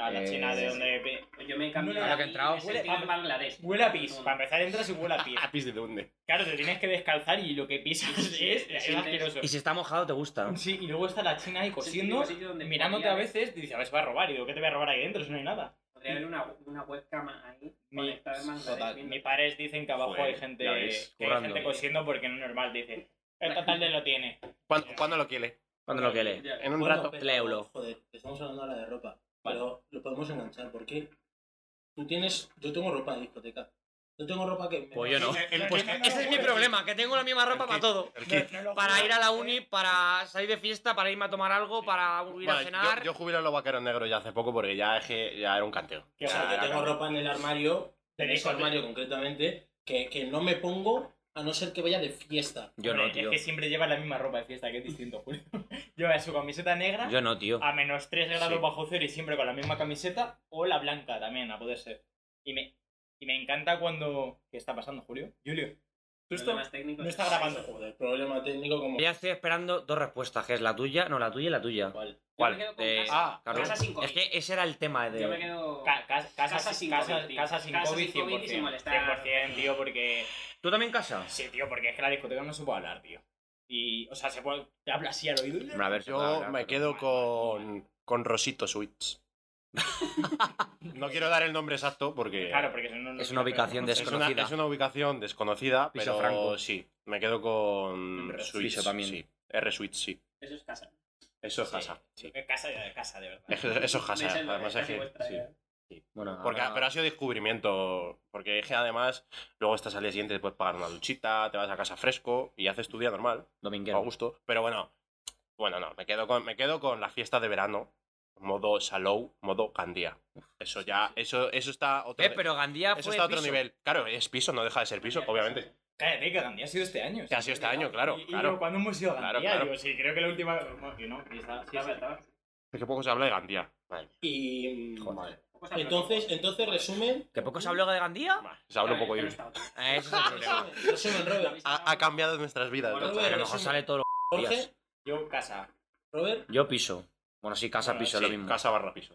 S2: A la
S5: Eh,
S2: China de
S5: sí,
S2: donde. pe-
S3: Pues yo me he cambiado.
S2: No,
S5: ahora que he
S3: y
S5: entrado,
S3: me he
S2: huele
S3: sentido
S2: a-
S3: en Bangladesh.
S2: Huele a pis.
S3: No, no.
S2: Para empezar entras y huele a pis.
S4: ¿Lápiz de dónde?
S2: Claro, te tienes que descalzar y lo que pisas es, es
S3: sí,
S2: asqueroso.
S5: Y si está mojado, te gusta.
S2: Sí, y luego está la China ahí
S3: Es el típico
S2: cosiendo,
S3: sitio donde
S2: mirándote
S3: podría
S2: a
S3: haber-
S2: veces y dice, a ver, se va a robar. Y digo, ¿qué te voy a robar aquí dentro? Si no hay nada.
S3: Podría haber una, una webcam ahí.
S2: Mi,
S3: conectada en Bangladesh
S2: total,
S3: viendo-
S2: mis padres dicen que abajo
S4: Joder,
S2: hay gente,
S4: ya ves,
S2: que hay
S5: currando.
S2: gente cosiendo porque no es normal. Dice, el total de lo tiene.
S4: ¿Cuándo, cuándo lo quiere?
S5: Cuando lo que le.
S3: Ya.
S4: En un
S1: Bueno,
S4: rato.
S1: pero,
S5: tres euros.
S1: Joder, estamos hablando ahora de ropa. Pero lo podemos enganchar porque tú tienes. Yo tengo ropa de discoteca. Yo tengo ropa que. me-
S5: Pues yo no.
S2: El- el-
S5: Pues
S2: el-
S5: ese es mi problema, que tengo la misma ropa para todo.
S4: El kit.
S5: Para ir a la
S1: Eh.
S5: uni, para salir de fiesta, para irme a tomar algo, para ir a
S4: Bueno,
S5: cenar.
S4: yo, yo jubilé a los vaqueros negros ya hace poco porque ya es que ya era un canteo.
S2: Que
S1: O sea,
S2: va,
S1: yo tengo
S2: claro.
S1: ropa en el armario, en
S2: Tenéis
S1: ese armario concretamente, que, que no me pongo a no ser que vaya de fiesta.
S5: Yo no,
S2: Hombre,
S5: tío.
S2: Eh, Es que siempre lleva la misma ropa de fiesta, que es distinto, Julio. Lleva su camiseta negra
S5: Yo no, tío.
S2: a menos 3 grados
S4: Sí.
S2: bajo cero y siempre con la misma camiseta, o la blanca también, a poder ser. Y me, y me encanta cuando... ¿Qué está pasando, Julio? Julio, tú esto
S3: Problemas técnicos.
S2: no está grabando.
S1: Joder, problema técnico como.
S5: Ya estoy esperando dos respuestas, que es la tuya, no, la tuya y la tuya.
S1: ¿Cuál?
S3: Yo me
S5: ¿Cuál?
S3: quedo con
S5: De-
S3: casa.
S4: Ah,
S5: Claro.
S3: Casa sin COVID.
S5: Es que ese era el tema
S3: Yo me
S5: de...
S3: quedo.
S2: Ca- cas- casa,
S3: Casa
S2: sin
S3: sin
S2: casa,
S3: COVID, tío.
S2: casa sin
S3: Casa
S2: COVID,
S3: sin COVID y
S2: 100%.
S3: sin molestar.
S2: 100%, tío, porque...
S5: ¿Tú también casas?
S2: Sí, tío, porque es que en la discoteca no se puede hablar, tío. Y, o sea, se puede... Te habla así al oído.
S5: Hombre, a ver, se puede
S4: Yo
S5: hablar,
S4: me
S5: pero-
S4: quedo con, con Rosito Sweets. No quiero dar el nombre exacto porque
S2: Claro, porque si no, no-
S5: Es una ubicación
S2: no sé.
S4: es, una,
S5: desconocida.
S4: es una ubicación desconocida,
S5: Piso
S4: pero
S5: franco.
S4: sí, me quedo con
S2: Piso
S4: Sweets.
S5: también.
S4: Sí. R Sweets, sí.
S3: Eso es casa.
S4: Eso es
S2: Sí,
S4: casa.
S2: sí. Es casa, de casa, de verdad.
S4: Es que Eso es casa.
S3: Es el-
S4: Además
S3: es
S4: es que-
S3: vuestra,
S4: sí.
S3: eh.
S5: Bueno,
S4: Porque,
S5: ahora-
S4: pero ha sido descubrimiento, porque es que además luego estás al día siguiente, te puedes pagar una duchita, te vas a casa fresco y haces tu día normal, a
S5: Dominguero.
S4: gusto. Pero bueno, bueno, no, me quedo con, me quedo con la fiesta de verano, modo salou, modo candía. Eso ya, eso, eso está otro,
S5: Eh,
S4: ni-
S5: pero Gandía
S4: eso
S5: fue
S4: está a otro
S5: piso.
S4: nivel. Claro, es piso, no deja de ser piso, obviamente.
S2: Cállate, que Gandía ha sido este año.
S4: Que ha sido este año, claro,
S2: Y- y
S4: claro.
S2: digo, ¿Cuándo hemos ido a Gandía?
S4: Claro, claro.
S2: Digo, sí, creo que la última... Bueno, que no, que está- sí,
S3: Está-
S2: está-
S3: está-
S4: Es que poco se habla de Gandía. Madre mía.
S1: Y. mm,
S3: tampoco está-
S1: Entonces, entonces resumen.
S5: ¿Que poco se habló de Gandía?
S4: Vale, se habla un poco
S3: Pero
S4: de...
S3: está otro.
S5: Eh, ese es el problema.
S1: Resumen, resumen, Robert.
S4: Ha, ha cambiado nuestras vidas.
S1: Bueno,
S4: ¿no?
S5: A lo mejor sale todo lo...
S1: Jorge,
S2: Yo, casa.
S1: Robert,
S5: Yo piso. Bueno, sí, casa,
S2: Bueno,
S5: piso,
S4: Sí,
S5: lo mismo.
S4: Casa barra piso.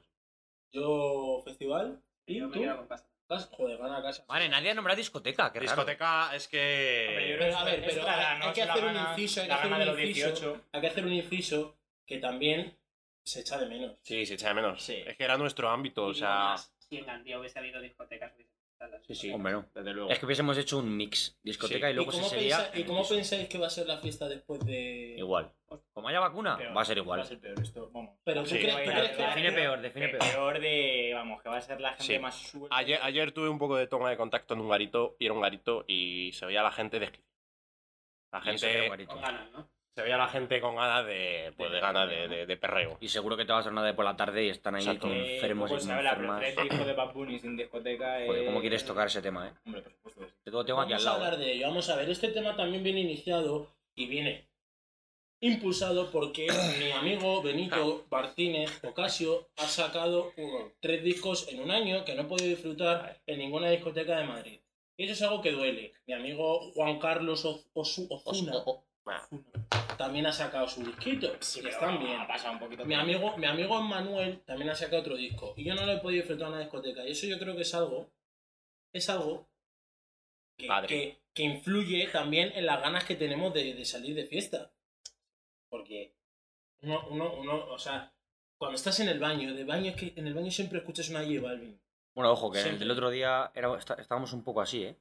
S1: yo festival. ¿Y
S3: Yo me
S1: tú?
S3: quedo con casa.
S1: Cas- Joder, gana casa.
S5: Vale, nadie ha nombrado discoteca, qué raro.
S4: Discoteca es
S2: Hombre, yo
S4: que...
S2: creo que
S1: a ver,
S2: es
S1: pero
S2: la
S1: hay-
S2: gana,
S1: hay
S2: es
S1: que
S2: la
S1: hacer un
S2: gana-
S1: inciso, hay que
S2: la
S1: hacer
S2: gana
S1: un
S2: de los
S1: inciso.
S2: 18.
S1: Hay que hacer un inciso que también se echa de menos.
S4: Sí, se echa de menos.
S2: Sí.
S4: Es que era nuestro ámbito, o
S3: Y
S4: sea...
S3: digo más, Si en Gandía hubiese habido discotecas, hubiese estado las
S4: Sí, sí.
S3: discotecas.
S5: Hombre, no.
S4: Desde luego.
S5: Es que hubiésemos hecho un mix. Discoteca
S4: Sí.
S5: y luego
S1: ¿Y
S5: se
S1: cómo,
S5: sería...
S1: pensa- y
S5: en
S1: cómo
S5: el piso.
S1: pensáis que va a ser la fiesta después de...?
S5: Igual. Como haya vacuna,
S2: Peor.
S5: Ah, va a ser
S2: Va a
S5: igual.
S2: ser peor esto, vamos.
S1: Pero tú
S4: Sí.
S1: crees, tú
S2: Pero
S1: crees
S2: la-
S1: que...
S5: Define peor, define
S2: Pe-
S5: peor.
S2: Peor de, vamos, que va a ser la gente
S4: Sí.
S2: más eh, suelta.
S4: Ayer, ayer tuve un poco de toma de contacto en un garito, y era un garito, y se veía la gente de La
S5: Y eso que era
S4: gente,
S5: guarito.
S3: Con ganas, ¿no?
S4: se veía la gente con ganas de, pues, de ganas de, de- de perreo.
S5: Y seguro que te vas a una de por la tarde y están ahí
S4: Exacto.
S5: con
S2: Eh,
S5: enfermos y
S2: poco
S5: con
S2: sabe la
S5: enfermas.
S2: preferencia, hijo de Bad Bunny sin discoteca.
S5: Joder,
S2: eh,
S5: ¿cómo quieres tocar ese tema, eh?
S2: Hombre, por supuesto. que sí.
S5: Yo lo tengo aquí al
S1: Vamos a
S5: lado. eh.
S1: hablar de ello. Vamos a ver, este tema también viene iniciado y viene impulsado porque mi amigo Benito Martínez Ocasio ha sacado uh, tres discos en un año que no he podido disfrutar en ninguna discoteca de Madrid. Y eso es algo que duele. Mi amigo Juan Carlos Oz- Ozu- Ozuna también ha sacado su disquito.
S2: Sí,
S1: y
S2: pero
S1: están bien.
S2: Ha pasado un poquito.
S1: Pues Mi amigo, mi amigo Manuel también ha sacado otro disco y yo no lo he podido disfrutar en la discoteca. Y eso yo creo que es algo, es algo que,
S4: Padre.
S1: que, que influye también en las ganas que tenemos de, de salir de fiesta. Porque uno, uno, uno, o sea, cuando estás en el baño, de baño es que en el baño siempre escuchas una J Balvin.
S5: Bueno, ojo, que en el
S1: Siempre.
S5: del otro día era- está- estábamos un poco así, ¿eh?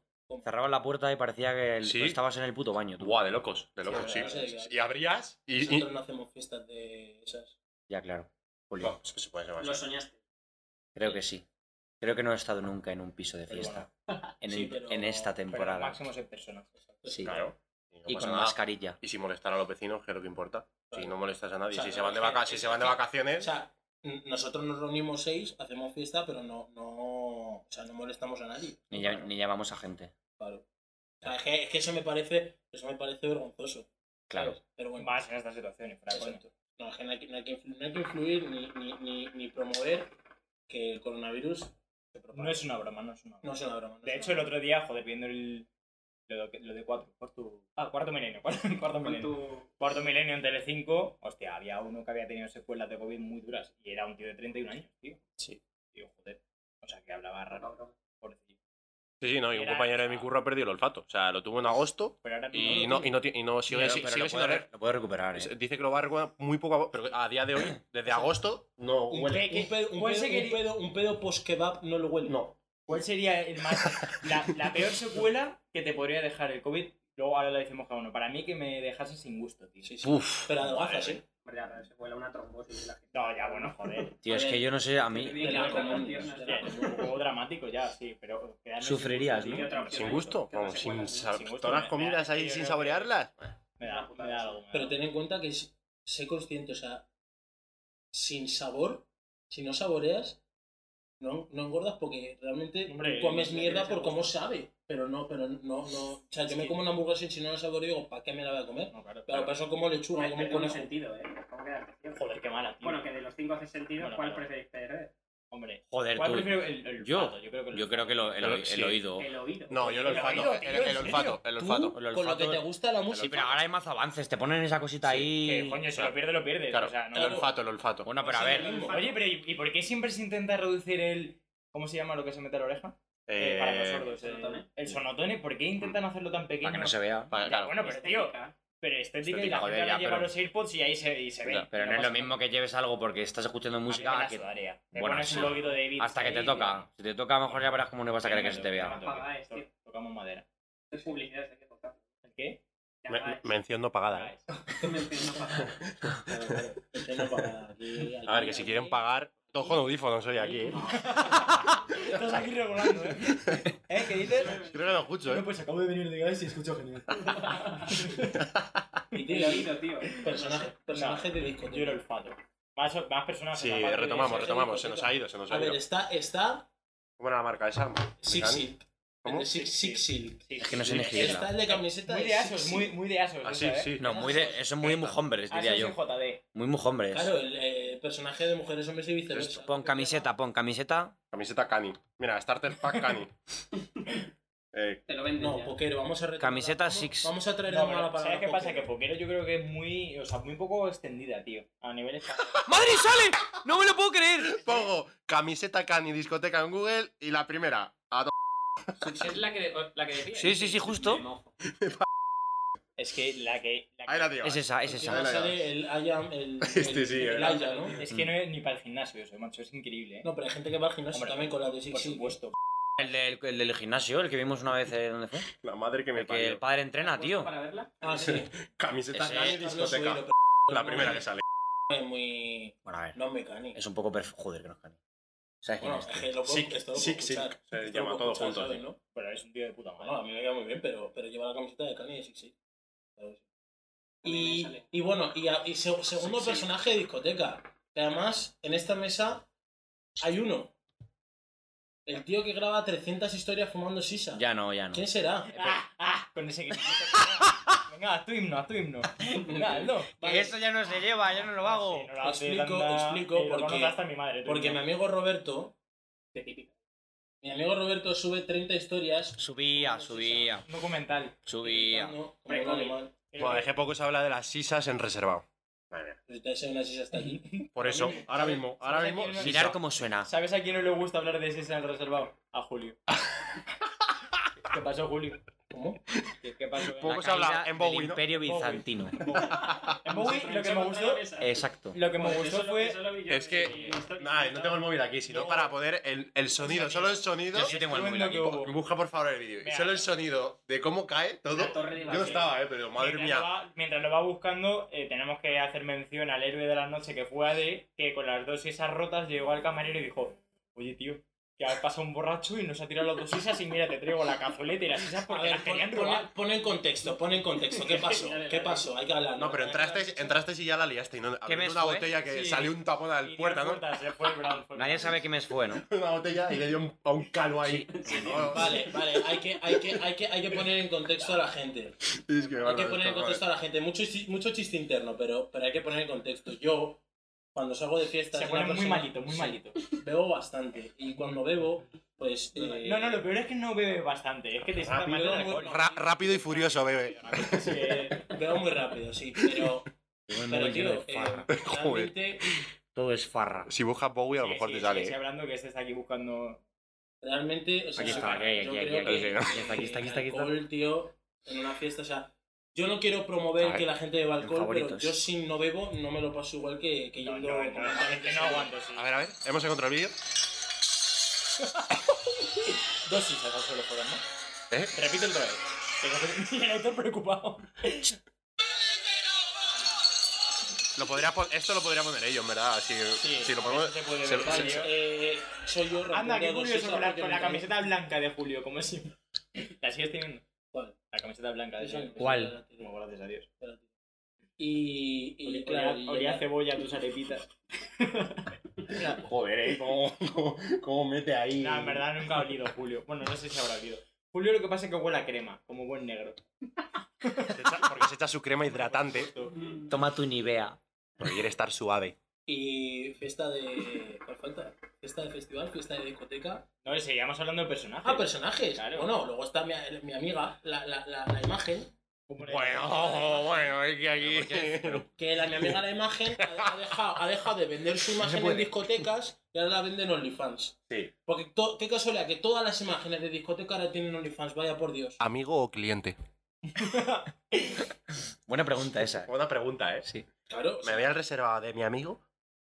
S5: Cerraban la puerta y parecía que el-
S4: ¿Sí?
S5: estabas en el puto baño, tú.
S4: Buah, de locos, de
S1: Sí,
S4: locos, sí.
S1: la verdad, sí.
S4: Y abrías y. y-
S1: Nosotros no hacemos fiestas de esas.
S5: Ya, claro. Julio,
S4: Bueno, es que se puede llamar
S3: Lo
S4: así.
S3: soñaste.
S5: creo que sí. Creo que no he estado nunca en un piso de
S2: Pero
S5: fiesta. en,
S1: Sí,
S5: el-
S1: pero-
S5: en esta
S1: pero
S5: temporada.
S2: máximo seis personas.
S5: Sí.
S4: Claro. Y, no
S5: y
S4: pasa
S5: con
S4: nada.
S5: mascarilla.
S4: Y sin molestar a los vecinos, que es lo que importa. Si
S1: Claro.
S4: no molestas a nadie,
S1: O sea,
S4: si, se
S1: no,
S4: van de
S1: es que-
S4: vaca- si
S1: es
S4: se van de
S1: que-
S4: vacaciones.
S1: O sea, n- nosotros nos reunimos seis, hacemos fiesta, pero no, no, o sea, no molestamos a nadie.
S5: Ni, lla- ni llamamos a gente.
S1: Claro. O sea, es que, es que eso me parece, eso me parece vergonzoso.
S5: Claro.
S1: Pero bueno.
S2: Vas en estas situaciones, fuera de coña.
S1: Exacto. No, es que no hay, que- no hay que, influ- no hay que influir ni, ni, ni, ni promover que el coronavirus se propague.
S2: No es una broma, no es una broma.
S1: No es una broma. no
S2: De
S1: es
S2: hecho,
S1: una
S2: el otro día, joder, viendo el, lo, de- lo de cuatro, cuarto, ah, cuarto milenio, cuarto, cuarto
S3: Con
S2: milenio.
S3: tu...
S2: Cuarto milenio en Telecinco, hostia, había uno que había tenido secuelas de COVID muy duras y era un tío de 31 años, tío.
S1: Sí.
S2: Tío, joder. O sea, que hablaba raro,
S3: cabrón.
S2: pobrecillo.
S4: Sí, sí, no, y un
S2: Era-
S4: compañero de mi curro ha perdido el olfato. O sea, lo tuvo en agosto
S2: Pero ahora
S4: y
S2: lo
S4: no, y no, ti- y no sigue,
S5: Pero-
S4: si-
S5: pero
S4: sigue
S5: lo,
S4: sin oler.
S5: puede, lo puede recuperar, ¿eh?
S4: Es- Dice que lo va a recuperar muy poco a poco, pero a día de hoy, desde agosto, no
S1: broma. Un,
S4: huele.
S1: pe- un pedo, un
S2: Puede
S1: pedo-
S2: ser que-
S1: un pedo- un pedo post-kebab no lo huele.
S4: No.
S2: ¿Cuál sería el más, la, la peor secuela que te podría dejar el COVID? Luego ahora lo decimos cada uno. Para mí que me dejase sin gusto, tío.
S1: Sí, sí.
S4: Uf.
S1: Pero adelgazas,
S4: Madre
S1: ¿eh?
S3: Hombre, ahora se cuela una trombosis de la gente.
S2: No, ya bueno, joder.
S5: Tío, es que yo no sé, a mí...
S3: Te la comunión, te
S2: Hostia,
S3: la
S2: es
S3: comunión.
S2: un poco dramático ya, sí, pero... quedarme sin
S5: Sufrirías,
S2: gusto,
S5: ¿no?
S2: tío, otra opción
S4: Sin
S2: hay,
S4: gusto,
S2: que no
S4: vamos,
S2: se
S4: sin,
S2: cuela,
S4: sab-
S2: sin gusto,
S4: todas
S2: me-
S4: las comidas
S2: me da-
S4: ahí
S2: yo
S4: sin
S2: creo que
S4: saborearlas.
S2: Me da, me da algo. me da
S1: Pero
S2: algo.
S1: ten en cuenta que es- sé consciente, o sea, sin sabor, si no saboreas, no, no engordas porque realmente
S2: Hombre,
S1: tú comes
S2: no sé,
S1: mierda
S2: tiene
S1: por
S2: sabor.
S1: cómo sabe. Pero no, pero no, no. O sea,
S2: Es
S1: yo me
S2: que-
S1: como una hamburguesa y si no la saboreo, digo, ¿para qué me la voy a comer?
S2: No, claro,
S1: Pero
S2: claro.
S1: para eso como lechuga, como
S3: Tiene
S1: un
S3: un
S1: conejo.
S3: sentido, ¿eh? ¿Cómo quedarte, tío?
S2: Joder, qué mala, tío.
S3: Bueno, que de los cinco hace sentido,
S2: Bueno,
S3: ¿cuál
S2: claro.
S3: preferís perder?
S2: Hombre,
S5: Joder,
S2: ¿cuál
S5: tú-
S2: prefiero? El, el
S5: yo-
S2: olfato, yo creo que el
S5: Yo creo que lo- el,
S4: Pero
S5: el
S4: sí.
S5: oído...
S3: El oído.
S4: Oh. No, yo el
S2: El
S4: olfato,
S2: oído,
S4: el,
S2: tío,
S4: el
S2: ¿en
S4: olfato, el
S1: Tú,
S4: olfato.
S5: el
S1: con lo que
S5: olfato-
S1: te gusta la
S5: Sí,
S1: música.
S5: pero ahora hay más avances, te ponen esa cosita
S2: Que,
S5: ahí...
S2: coño, si lo pierdes, lo pierdes.
S4: Claro,
S2: o sea, no-
S4: el olfato, el olfato.
S5: Bueno, pero a
S1: Pues sí,
S5: ver...
S1: lo mismo.
S2: Oye, pero ¿y, y por qué siempre se intenta reducir el... ¿Cómo se llama lo que se mete a la oreja? Eh, para los
S4: Eh,
S2: sordos.
S3: el
S2: eh,
S3: sonotone.
S2: El sonotone, ¿por qué intentan hacerlo tan pequeño?
S5: Mm. Para que no se vea.
S4: para-
S2: Ya,
S4: claro.
S2: bueno, pero tío,
S3: Estética.
S2: pero estética,
S5: Estética,
S2: y la
S5: joder,
S2: gente
S5: ya,
S2: ahora lleva
S5: pero-
S2: los AirPods y ahí se, y se ve.
S4: Claro,
S5: Pero no es lo mismo que lleves algo porque estás escuchando música que- Bueno,
S2: Bueno, es
S5: sí.
S2: un oído de Beats
S5: hasta que
S2: ahí,
S5: te
S2: tío.
S5: toca. Si te toca, a lo mejor ya verás cómo no vas a querer que se te vea.
S3: Las pagaes, tío.
S2: Tocamos madera.
S3: Es publicidad, es que toca.
S2: ¿El qué?
S3: Ya
S4: me-
S3: va, es-
S4: Mención no pagada. eh.
S2: Ah,
S3: me entiendo, papá.
S1: Claro, claro. Es que no paga aquí-
S4: A ver,
S1: aquí-
S4: que si quieren
S1: aquí-
S4: pagar, todos con audífonos hoy aquí. ¿eh?
S2: es. Estás aquí regulando, ¿eh? ¿Eh? ¿Qué dices?
S4: Creo que lo escucho, ¿eh?
S2: pues acabo de venir de Gales y escucho genial.
S1: Y
S3: El
S1: tiene
S3: oído, tío.
S1: personaje, personaje de disco.
S2: Yo era olfato. Más, más personas.
S4: Sí,
S2: aparte de-
S4: retomamos,
S1: sí,
S4: retomamos.
S1: sí,
S4: Se nos
S1: sí.
S4: ha ido, se nos
S1: A
S4: ha
S1: ver,
S4: ido.
S1: está, está
S4: ¿Cómo era la marca esa?
S1: Six Silk. El
S4: ¿Cómo?
S1: de Six,
S2: Sí, sí.
S1: Six Silk.
S2: Sí,
S5: Es que no
S2: sí,
S5: sé
S2: sí.
S5: ni escribirla.
S1: Está el de camiseta
S2: Muy de
S1: Six
S2: asos,
S1: Silk.
S2: muy, muy de asos. ¿eh?
S4: Así, Ah, sí.
S5: No, muy de, eso es muy mujeres, diría yo.
S2: JD.
S5: Muy mujeres.
S1: Claro, el eh, personaje de mujeres, hombres y viceversa.
S5: Pues Pon camiseta, pon camiseta.
S4: Camiseta Cani. Mira, Starter Pack Cani. Eh,
S3: Te lo venden
S1: No,
S3: ya.
S1: poquero, vamos a retomar.
S5: Camiseta
S1: Vamos-
S5: Six.
S1: Vamos a traer
S2: No,
S1: de
S2: pero,
S1: nuevo la palabra.
S2: ¿Sabes qué pasa? Que
S1: poquero.
S2: Poquero yo creo que es muy, o sea, muy poco extendida, tío. A nivel estatal.
S5: ¡Madre sale! ¡No me lo puedo creer!
S4: Pongo camiseta Cani, discoteca en Google y la primera. A to-
S1: pues
S3: Es la que, la que decía.
S5: Sí, sí, sí, justo.
S3: Me mojo.
S2: Es que la que. la que-
S4: Ahí la tío.
S5: Es esa, es
S1: Al
S5: esa.
S1: final sale el I am, el,
S4: Este
S1: el-
S4: sí,
S1: el
S4: eh.
S1: Aya, ¿no?
S2: Es que no es ni para el gimnasio eso, macho. Es increíble, ¿eh?
S1: No, pero hay gente que va al gimnasio
S2: Hombre,
S1: también con la de Six
S2: Por
S1: Silk.
S2: supuesto.
S5: El del, el del gimnasio, el que vimos una vez, eh, ¿dónde fue?
S4: La madre que me
S5: El que el
S4: parió.
S5: padre entrena, tío.
S3: ¿Para verla?
S1: Ah, sí.
S4: Camiseta
S5: Ese-
S4: Cani,
S1: Carlos Oeiro,
S4: discoteca.
S1: pero
S4: La
S1: no
S4: primera
S1: es-
S4: que sale.
S1: No es muy.
S5: Bueno, a ver,
S1: No es mecánico.
S5: es este. un poco perf... Joder, que no es cani. ¿Sabes quién
S1: Bueno,
S5: es?
S1: es
S5: tío?
S1: que lo puedo,
S4: Sick,
S1: esto lo puedo
S4: sick,
S1: escuchar.
S4: sick. Se
S1: Esto lo
S4: llama
S1: puedo
S4: todo
S1: escuchar,
S4: junto,
S1: ¿sabes,
S4: sí.
S1: no?
S2: Pero es un tío de puta madre.
S1: Bueno, a mí me queda muy bien, pero, pero lleva la camiseta de Kanye, sí, sí. Claro que sí.
S3: A mí me
S1: Y,
S3: sale.
S1: y bueno, y, a- y se- segundo
S4: Sí, sí.
S1: personaje de discoteca. Que además, en esta mesa hay uno. El tío que graba 300 historias fumando sisa.
S5: Ya no, ya no.
S1: ¿Quién será?
S2: Ah, ah, con ese grito. Venga, haz tu himno, haz tu himno. Venga, hazlo.
S1: Vale.
S5: ya no se lleva, ya no lo
S2: Ah, Sí, no lo hace
S1: Explico,
S2: tanta-
S1: explico,
S2: eh, lo
S1: porque-
S2: conoce hasta mi madre. tú
S1: Porque mi
S2: mismo.
S1: amigo Roberto,
S3: De típica.
S1: mi amigo Roberto sube 30 historias.
S5: Subía, subía,
S2: Un documental. Eh,
S5: subía.
S1: gritando como
S3: Hombre,
S1: un
S3: Covid.
S1: animal.
S4: Bueno, dejé poco se habla de las sisas en reservado.
S1: Pero si te hace una sisa hasta aquí.
S4: Por eso,
S2: También-
S4: ahora mismo, ahora
S2: ¿sabes
S4: mismo.
S2: a quién-
S4: sisa.
S5: Mirar cómo suena.
S2: ¿Sabes a quién no le gusta hablar de ese en el reservado? A Julio. ¿Qué pasó, Julio?
S1: ¿Cómo?
S2: ¿Qué, qué pasó?
S4: Poco
S5: La
S4: se habla
S5: caída
S4: en Bowie,
S5: del
S4: ¿no?
S5: Imperio
S2: Bowie.
S5: bizantino.
S2: En Bowie lo que me gustó,
S5: Exacto.
S2: lo que
S3: Pues
S2: me gustó fue...
S4: Es que- Nah, no tengo el móvil aquí, sino
S2: No.
S4: para poner el, el sonido, solo el sonido.
S5: Yo sí tengo el móvil
S2: Estruendo
S5: aquí.
S2: que hubo.
S4: Busca por favor el vídeo. Y
S2: Mira.
S4: solo el sonido de cómo cae todo.
S3: La torre de
S4: Yo no
S3: Babel.
S4: estaba, eh, pero madre
S2: mientras, lo
S4: mía.
S2: va, mientras lo va buscando, eh, tenemos que hacer mención al héroe de la noche que fue AD, que con las dos esas rotas llegó al camarero y dijo, oye tío, que ha pasado un borracho y nos ha tirado las dos sisas y mira, te traigo la cazoleta y las sisas
S1: A
S2: porque
S1: ver,
S2: las
S1: pon,
S2: querían
S1: pon-
S2: robar.
S1: pon en contexto, pon en contexto. ¿Qué pasó?
S3: Dale, dale,
S1: ¿Qué
S3: dale.
S1: pasó? Hay que hablar.
S4: No, pero entrasteis, entrasteis y ya la liaste. Y no, abriendo
S5: mes
S4: una
S5: fue?
S4: botella que
S2: Sí.
S4: salió un tapón
S2: Y
S4: al
S2: dio
S4: puerta, ¿no?
S2: puertas, se fue Brown, fue
S5: Nadie
S2: Brown.
S5: sabe qué mes fue, ¿no?
S4: Una botella y le dio un- a un cano ahí. No,
S1: Vale, vale, hay que, hay, que, hay, que, hay que poner en contexto a la gente.
S4: es que,
S1: Hay
S4: bueno,
S1: que poner en
S4: esto,
S1: contexto a la gente. Mucho, chi- mucho chiste interno, pero, pero hay que poner en contexto. Yo, cuando salgo de fiesta,
S2: Se
S1: soy una
S2: pone muy
S1: persona-
S2: malito, muy
S1: sí,
S2: malito.
S1: Bebo bastante. Y cuando bebo, pues. eh,
S2: No, no, lo peor es que no bebe bastante, es que te sienta mal
S1: Rápido,
S2: de
S1: muy
S2: alcohol.
S4: madre. Ra- rápido y furioso, bebé.
S2: Sí, eh,
S1: Bebo muy rápido, sí. Pero, pero tío, eh,
S4: Joder.
S1: realmente,
S5: Todo es farra.
S4: Si buscas Bowie, a lo
S2: sí,
S4: mejor
S2: sí,
S4: te
S2: sí,
S4: sale.
S2: sí,
S4: eh.
S2: hablando que este está aquí buscando...
S1: realmente. o sea,
S5: Aquí está, aquí, aquí,
S1: yo
S5: aquí,
S1: creo
S5: aquí,
S1: que-
S5: aquí, aquí está, aquí está, aquí está, aquí
S1: el
S5: está.
S1: alcohol, tío, en una fiesta, o sea, yo no quiero promover
S4: Ay,
S1: que la gente beba alcohol, pero
S5: favoritos.
S1: yo si no bebo no me lo paso igual que, que
S2: No,
S1: yendo
S2: no, no, es
S1: completamente
S2: que no
S1: solo.
S2: aguanto, sí.
S4: A ver, a ver, hemos encontrado el vídeo.
S2: Dos sisas al suelo fueron, ¿no?
S4: ¿Eh?
S2: Repito otra vez. Que no- el autor preocupado.
S4: Lo podría pon- esto lo podría poner ellos, en verdad. Si, si lo ponemos.
S2: eso se puede
S4: se-
S2: ver,
S4: se-
S1: Vale, eh, soy yo
S2: Anda,
S1: rompiendo
S2: qué
S1: dos
S2: curioso
S1: sisas
S2: con la,
S1: porque
S2: con la
S1: me-
S2: camiseta blanca de Julio, como siempre. ¿La sigues teniendo?
S1: ¿Cuál?
S2: La camiseta blanca de
S1: Eso, eso,
S2: Julio.
S5: ¿Cuál?
S1: espérate,
S2: Como gracias a Dios.
S1: espérate. Y, y
S2: Olía-
S1: claro, y-
S2: Olía a cebolla tus arepitas.
S4: Joder, ¿eh? ¿Cómo, cómo, cómo mete ahí?
S2: No, en verdad nunca ha olido Julio. Bueno, no sé si habrá olido. Julio lo que pasa es que huele a crema, como buen negro.
S4: Se echa- porque se echa su crema hidratante.
S5: Toma tu Nivea.
S4: Porque quiere estar suave.
S1: y fiesta de. ¿Cuál falta? Fiesta de festival, fiesta de discoteca.
S2: No, seguíamos hablando de personajes.
S1: Ah, personajes.
S2: Claro.
S1: Bueno, luego está mi, mi amiga, la, la, la, la imagen.
S2: Como-
S4: Bueno, bueno, es que aquí.
S1: Que la mi amiga la imagen ha ha dejado, ha dejado de vender su imagen en discotecas y ahora la vende en OnlyFans.
S4: Sí.
S1: Porque to- qué casualidad que todas las imágenes de discoteca ahora tienen OnlyFans, vaya por Dios.
S4: ¿Amigo o cliente?
S5: Buena pregunta esa.
S4: Buena pregunta, ¿eh?
S5: Sí.
S1: Claro, o
S4: ¿Me
S1: sea,
S4: había reservado de mi amigo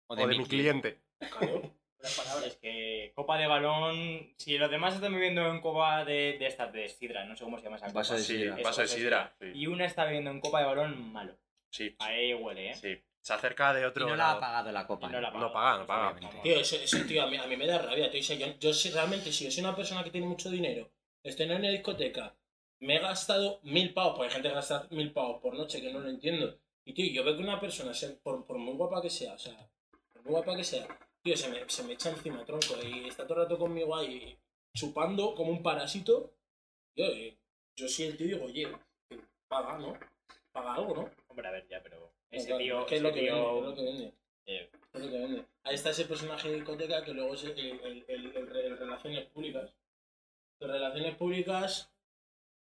S4: o de, mi cliente?
S1: claro.
S2: Las palabras que copa de balón. Si los demás están bebiendo en copa de, de estas de sidra, no sé cómo se llama esa copa.
S5: Vaso de
S2: Sí,
S5: sidra.
S2: eso,
S4: vaso de sidra. Sí.
S2: Y una está bebiendo en copa de balón malo.
S4: Sí.
S2: Ahí huele, ¿eh?
S4: sí. Se acerca de
S5: Y
S4: otro.
S5: no la ha
S4: lado.
S5: apagado la copa.
S2: Y no la
S4: No paga, no paga.
S5: Obviamente.
S1: Tío, eso, eso, tío, a mí, a mí me da rabia, tío. O sea, yo, yo sé- realmente, si yo soy una persona que tiene mucho dinero, estoy en una discoteca, me he gastado mil pavos, porque hay gente que gasta mil pavos por noche, que no lo entiendo. Y tío, yo veo que una persona, se- por, por muy guapa que sea, o sea, por muy guapa que sea, tío, se me, se me echa encima, tronco, y está todo el rato conmigo ahí, chupando como un parásito. Yo, eh, yo soy el tío y digo, oye, paga, ¿no? Paga algo, ¿no?
S2: Hombre, a ver, ya, pero. Ese
S1: Claro,
S2: tío.
S1: es que es lo
S2: ese
S1: que vende,
S2: tío-
S1: es lo que vende.
S2: eh,
S1: Es lo que vende. Ahí está ese personaje de discoteca que luego es el, el, el- el re- el Relaciones Públicas. De Relaciones Públicas,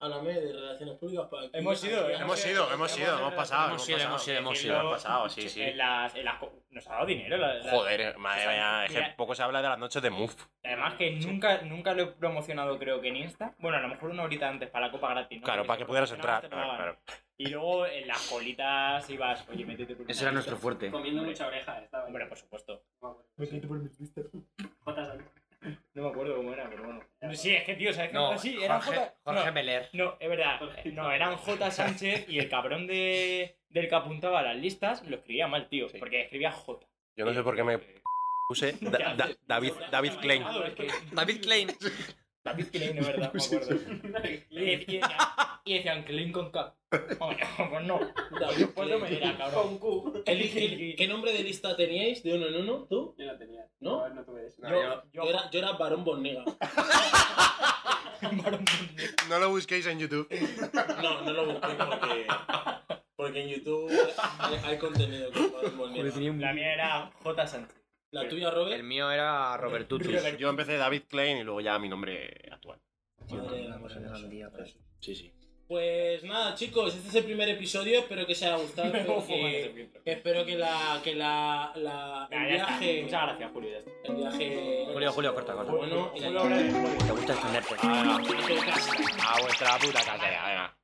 S1: háblame de Relaciones Públicas para aquí.
S2: Hemos ido,
S1: Aquí,
S4: Hemos ido, hemos ido, hemos pasado.
S5: Hemos ido, hemos ido, hemos
S4: pasado.
S5: ido.
S4: Hemos pasado, sí, sí.
S2: En las, en las co- nos ha dado dinero. la- la-
S4: Joder, eh, madre mía, es que
S2: Mira.
S4: poco se habla de las noches de Move.
S2: Además que nunca, nunca lo he promocionado, creo que en Insta. Bueno, a lo mejor una horita antes para la copa gratis. ¿no?
S4: Claro,
S2: Porque
S4: para
S2: si
S4: que pudieras
S2: promocionabas,
S4: entrar.
S2: te pagaban.
S4: Claro,
S2: Y luego en las colitas ibas, oye, métete por
S5: Ese
S2: una
S5: era nuestro
S2: pista.
S5: fuerte.
S3: Comiendo mucha oreja estaba.
S2: Hombre, por supuesto.
S3: Jotas
S2: No me acuerdo cómo era, pero bueno. Sí, es que tío, ¿sabes qué?
S5: No,
S2: sí, era
S5: Jorge,
S2: J-
S5: Jorge
S2: no,
S5: Beler.
S2: No, es verdad. No, eran J. Sánchez y el cabrón de, del que apuntaba las listas lo escribía mal, tío.
S4: Sí.
S2: Porque escribía J.
S4: Yo no sé por qué me puse Da- Da- David, David Klein.
S5: David Klein.
S2: David Klein, es verdad, me acuerdo. Y decían, y decían Klein con K. Hombre, pues no.
S1: David
S2: Pues no
S1: Klein.
S2: me dirá, cabrón.
S3: Q.
S1: ¿Qué, li- qué- qué nombre de lista teníais de uno en uno? ¿Tú?
S3: Yo no tenía.
S1: ¿No?
S3: No, no tuve eso.
S2: Yo, yo,
S1: Yo era, yo era Barón Bornega.
S4: No lo busquéis en YouTube.
S1: No, no lo busqué porque, porque en YouTube hay, hay contenido con Barón Bornega.
S2: la mía era J. Sánchez.
S1: La tuya, Robert.
S5: El mío era Robert Tutus.
S2: Robert.
S4: Yo empecé David Klein y luego ya mi nombre actual.
S1: Madre de la Madre de la-
S4: Sí, sí.
S1: Pues nada, chicos, este es el primer episodio. Espero que os haya gustado.
S2: Me
S1: espero
S2: voy fumando ese
S1: que,
S2: filtro.
S1: espero que la, que la, la- el
S2: Nah, ya está.
S1: viaje.
S2: Muchas gracias, Julio. Ya está.
S1: El viaje.
S5: Julio, Julio, corta, corta.
S1: Bueno, y la-
S2: Julio, gracias.
S5: Te gusta esconderte.
S4: Ah,
S1: el viaje de casa.
S4: A vuestra puta casa, ya, venga.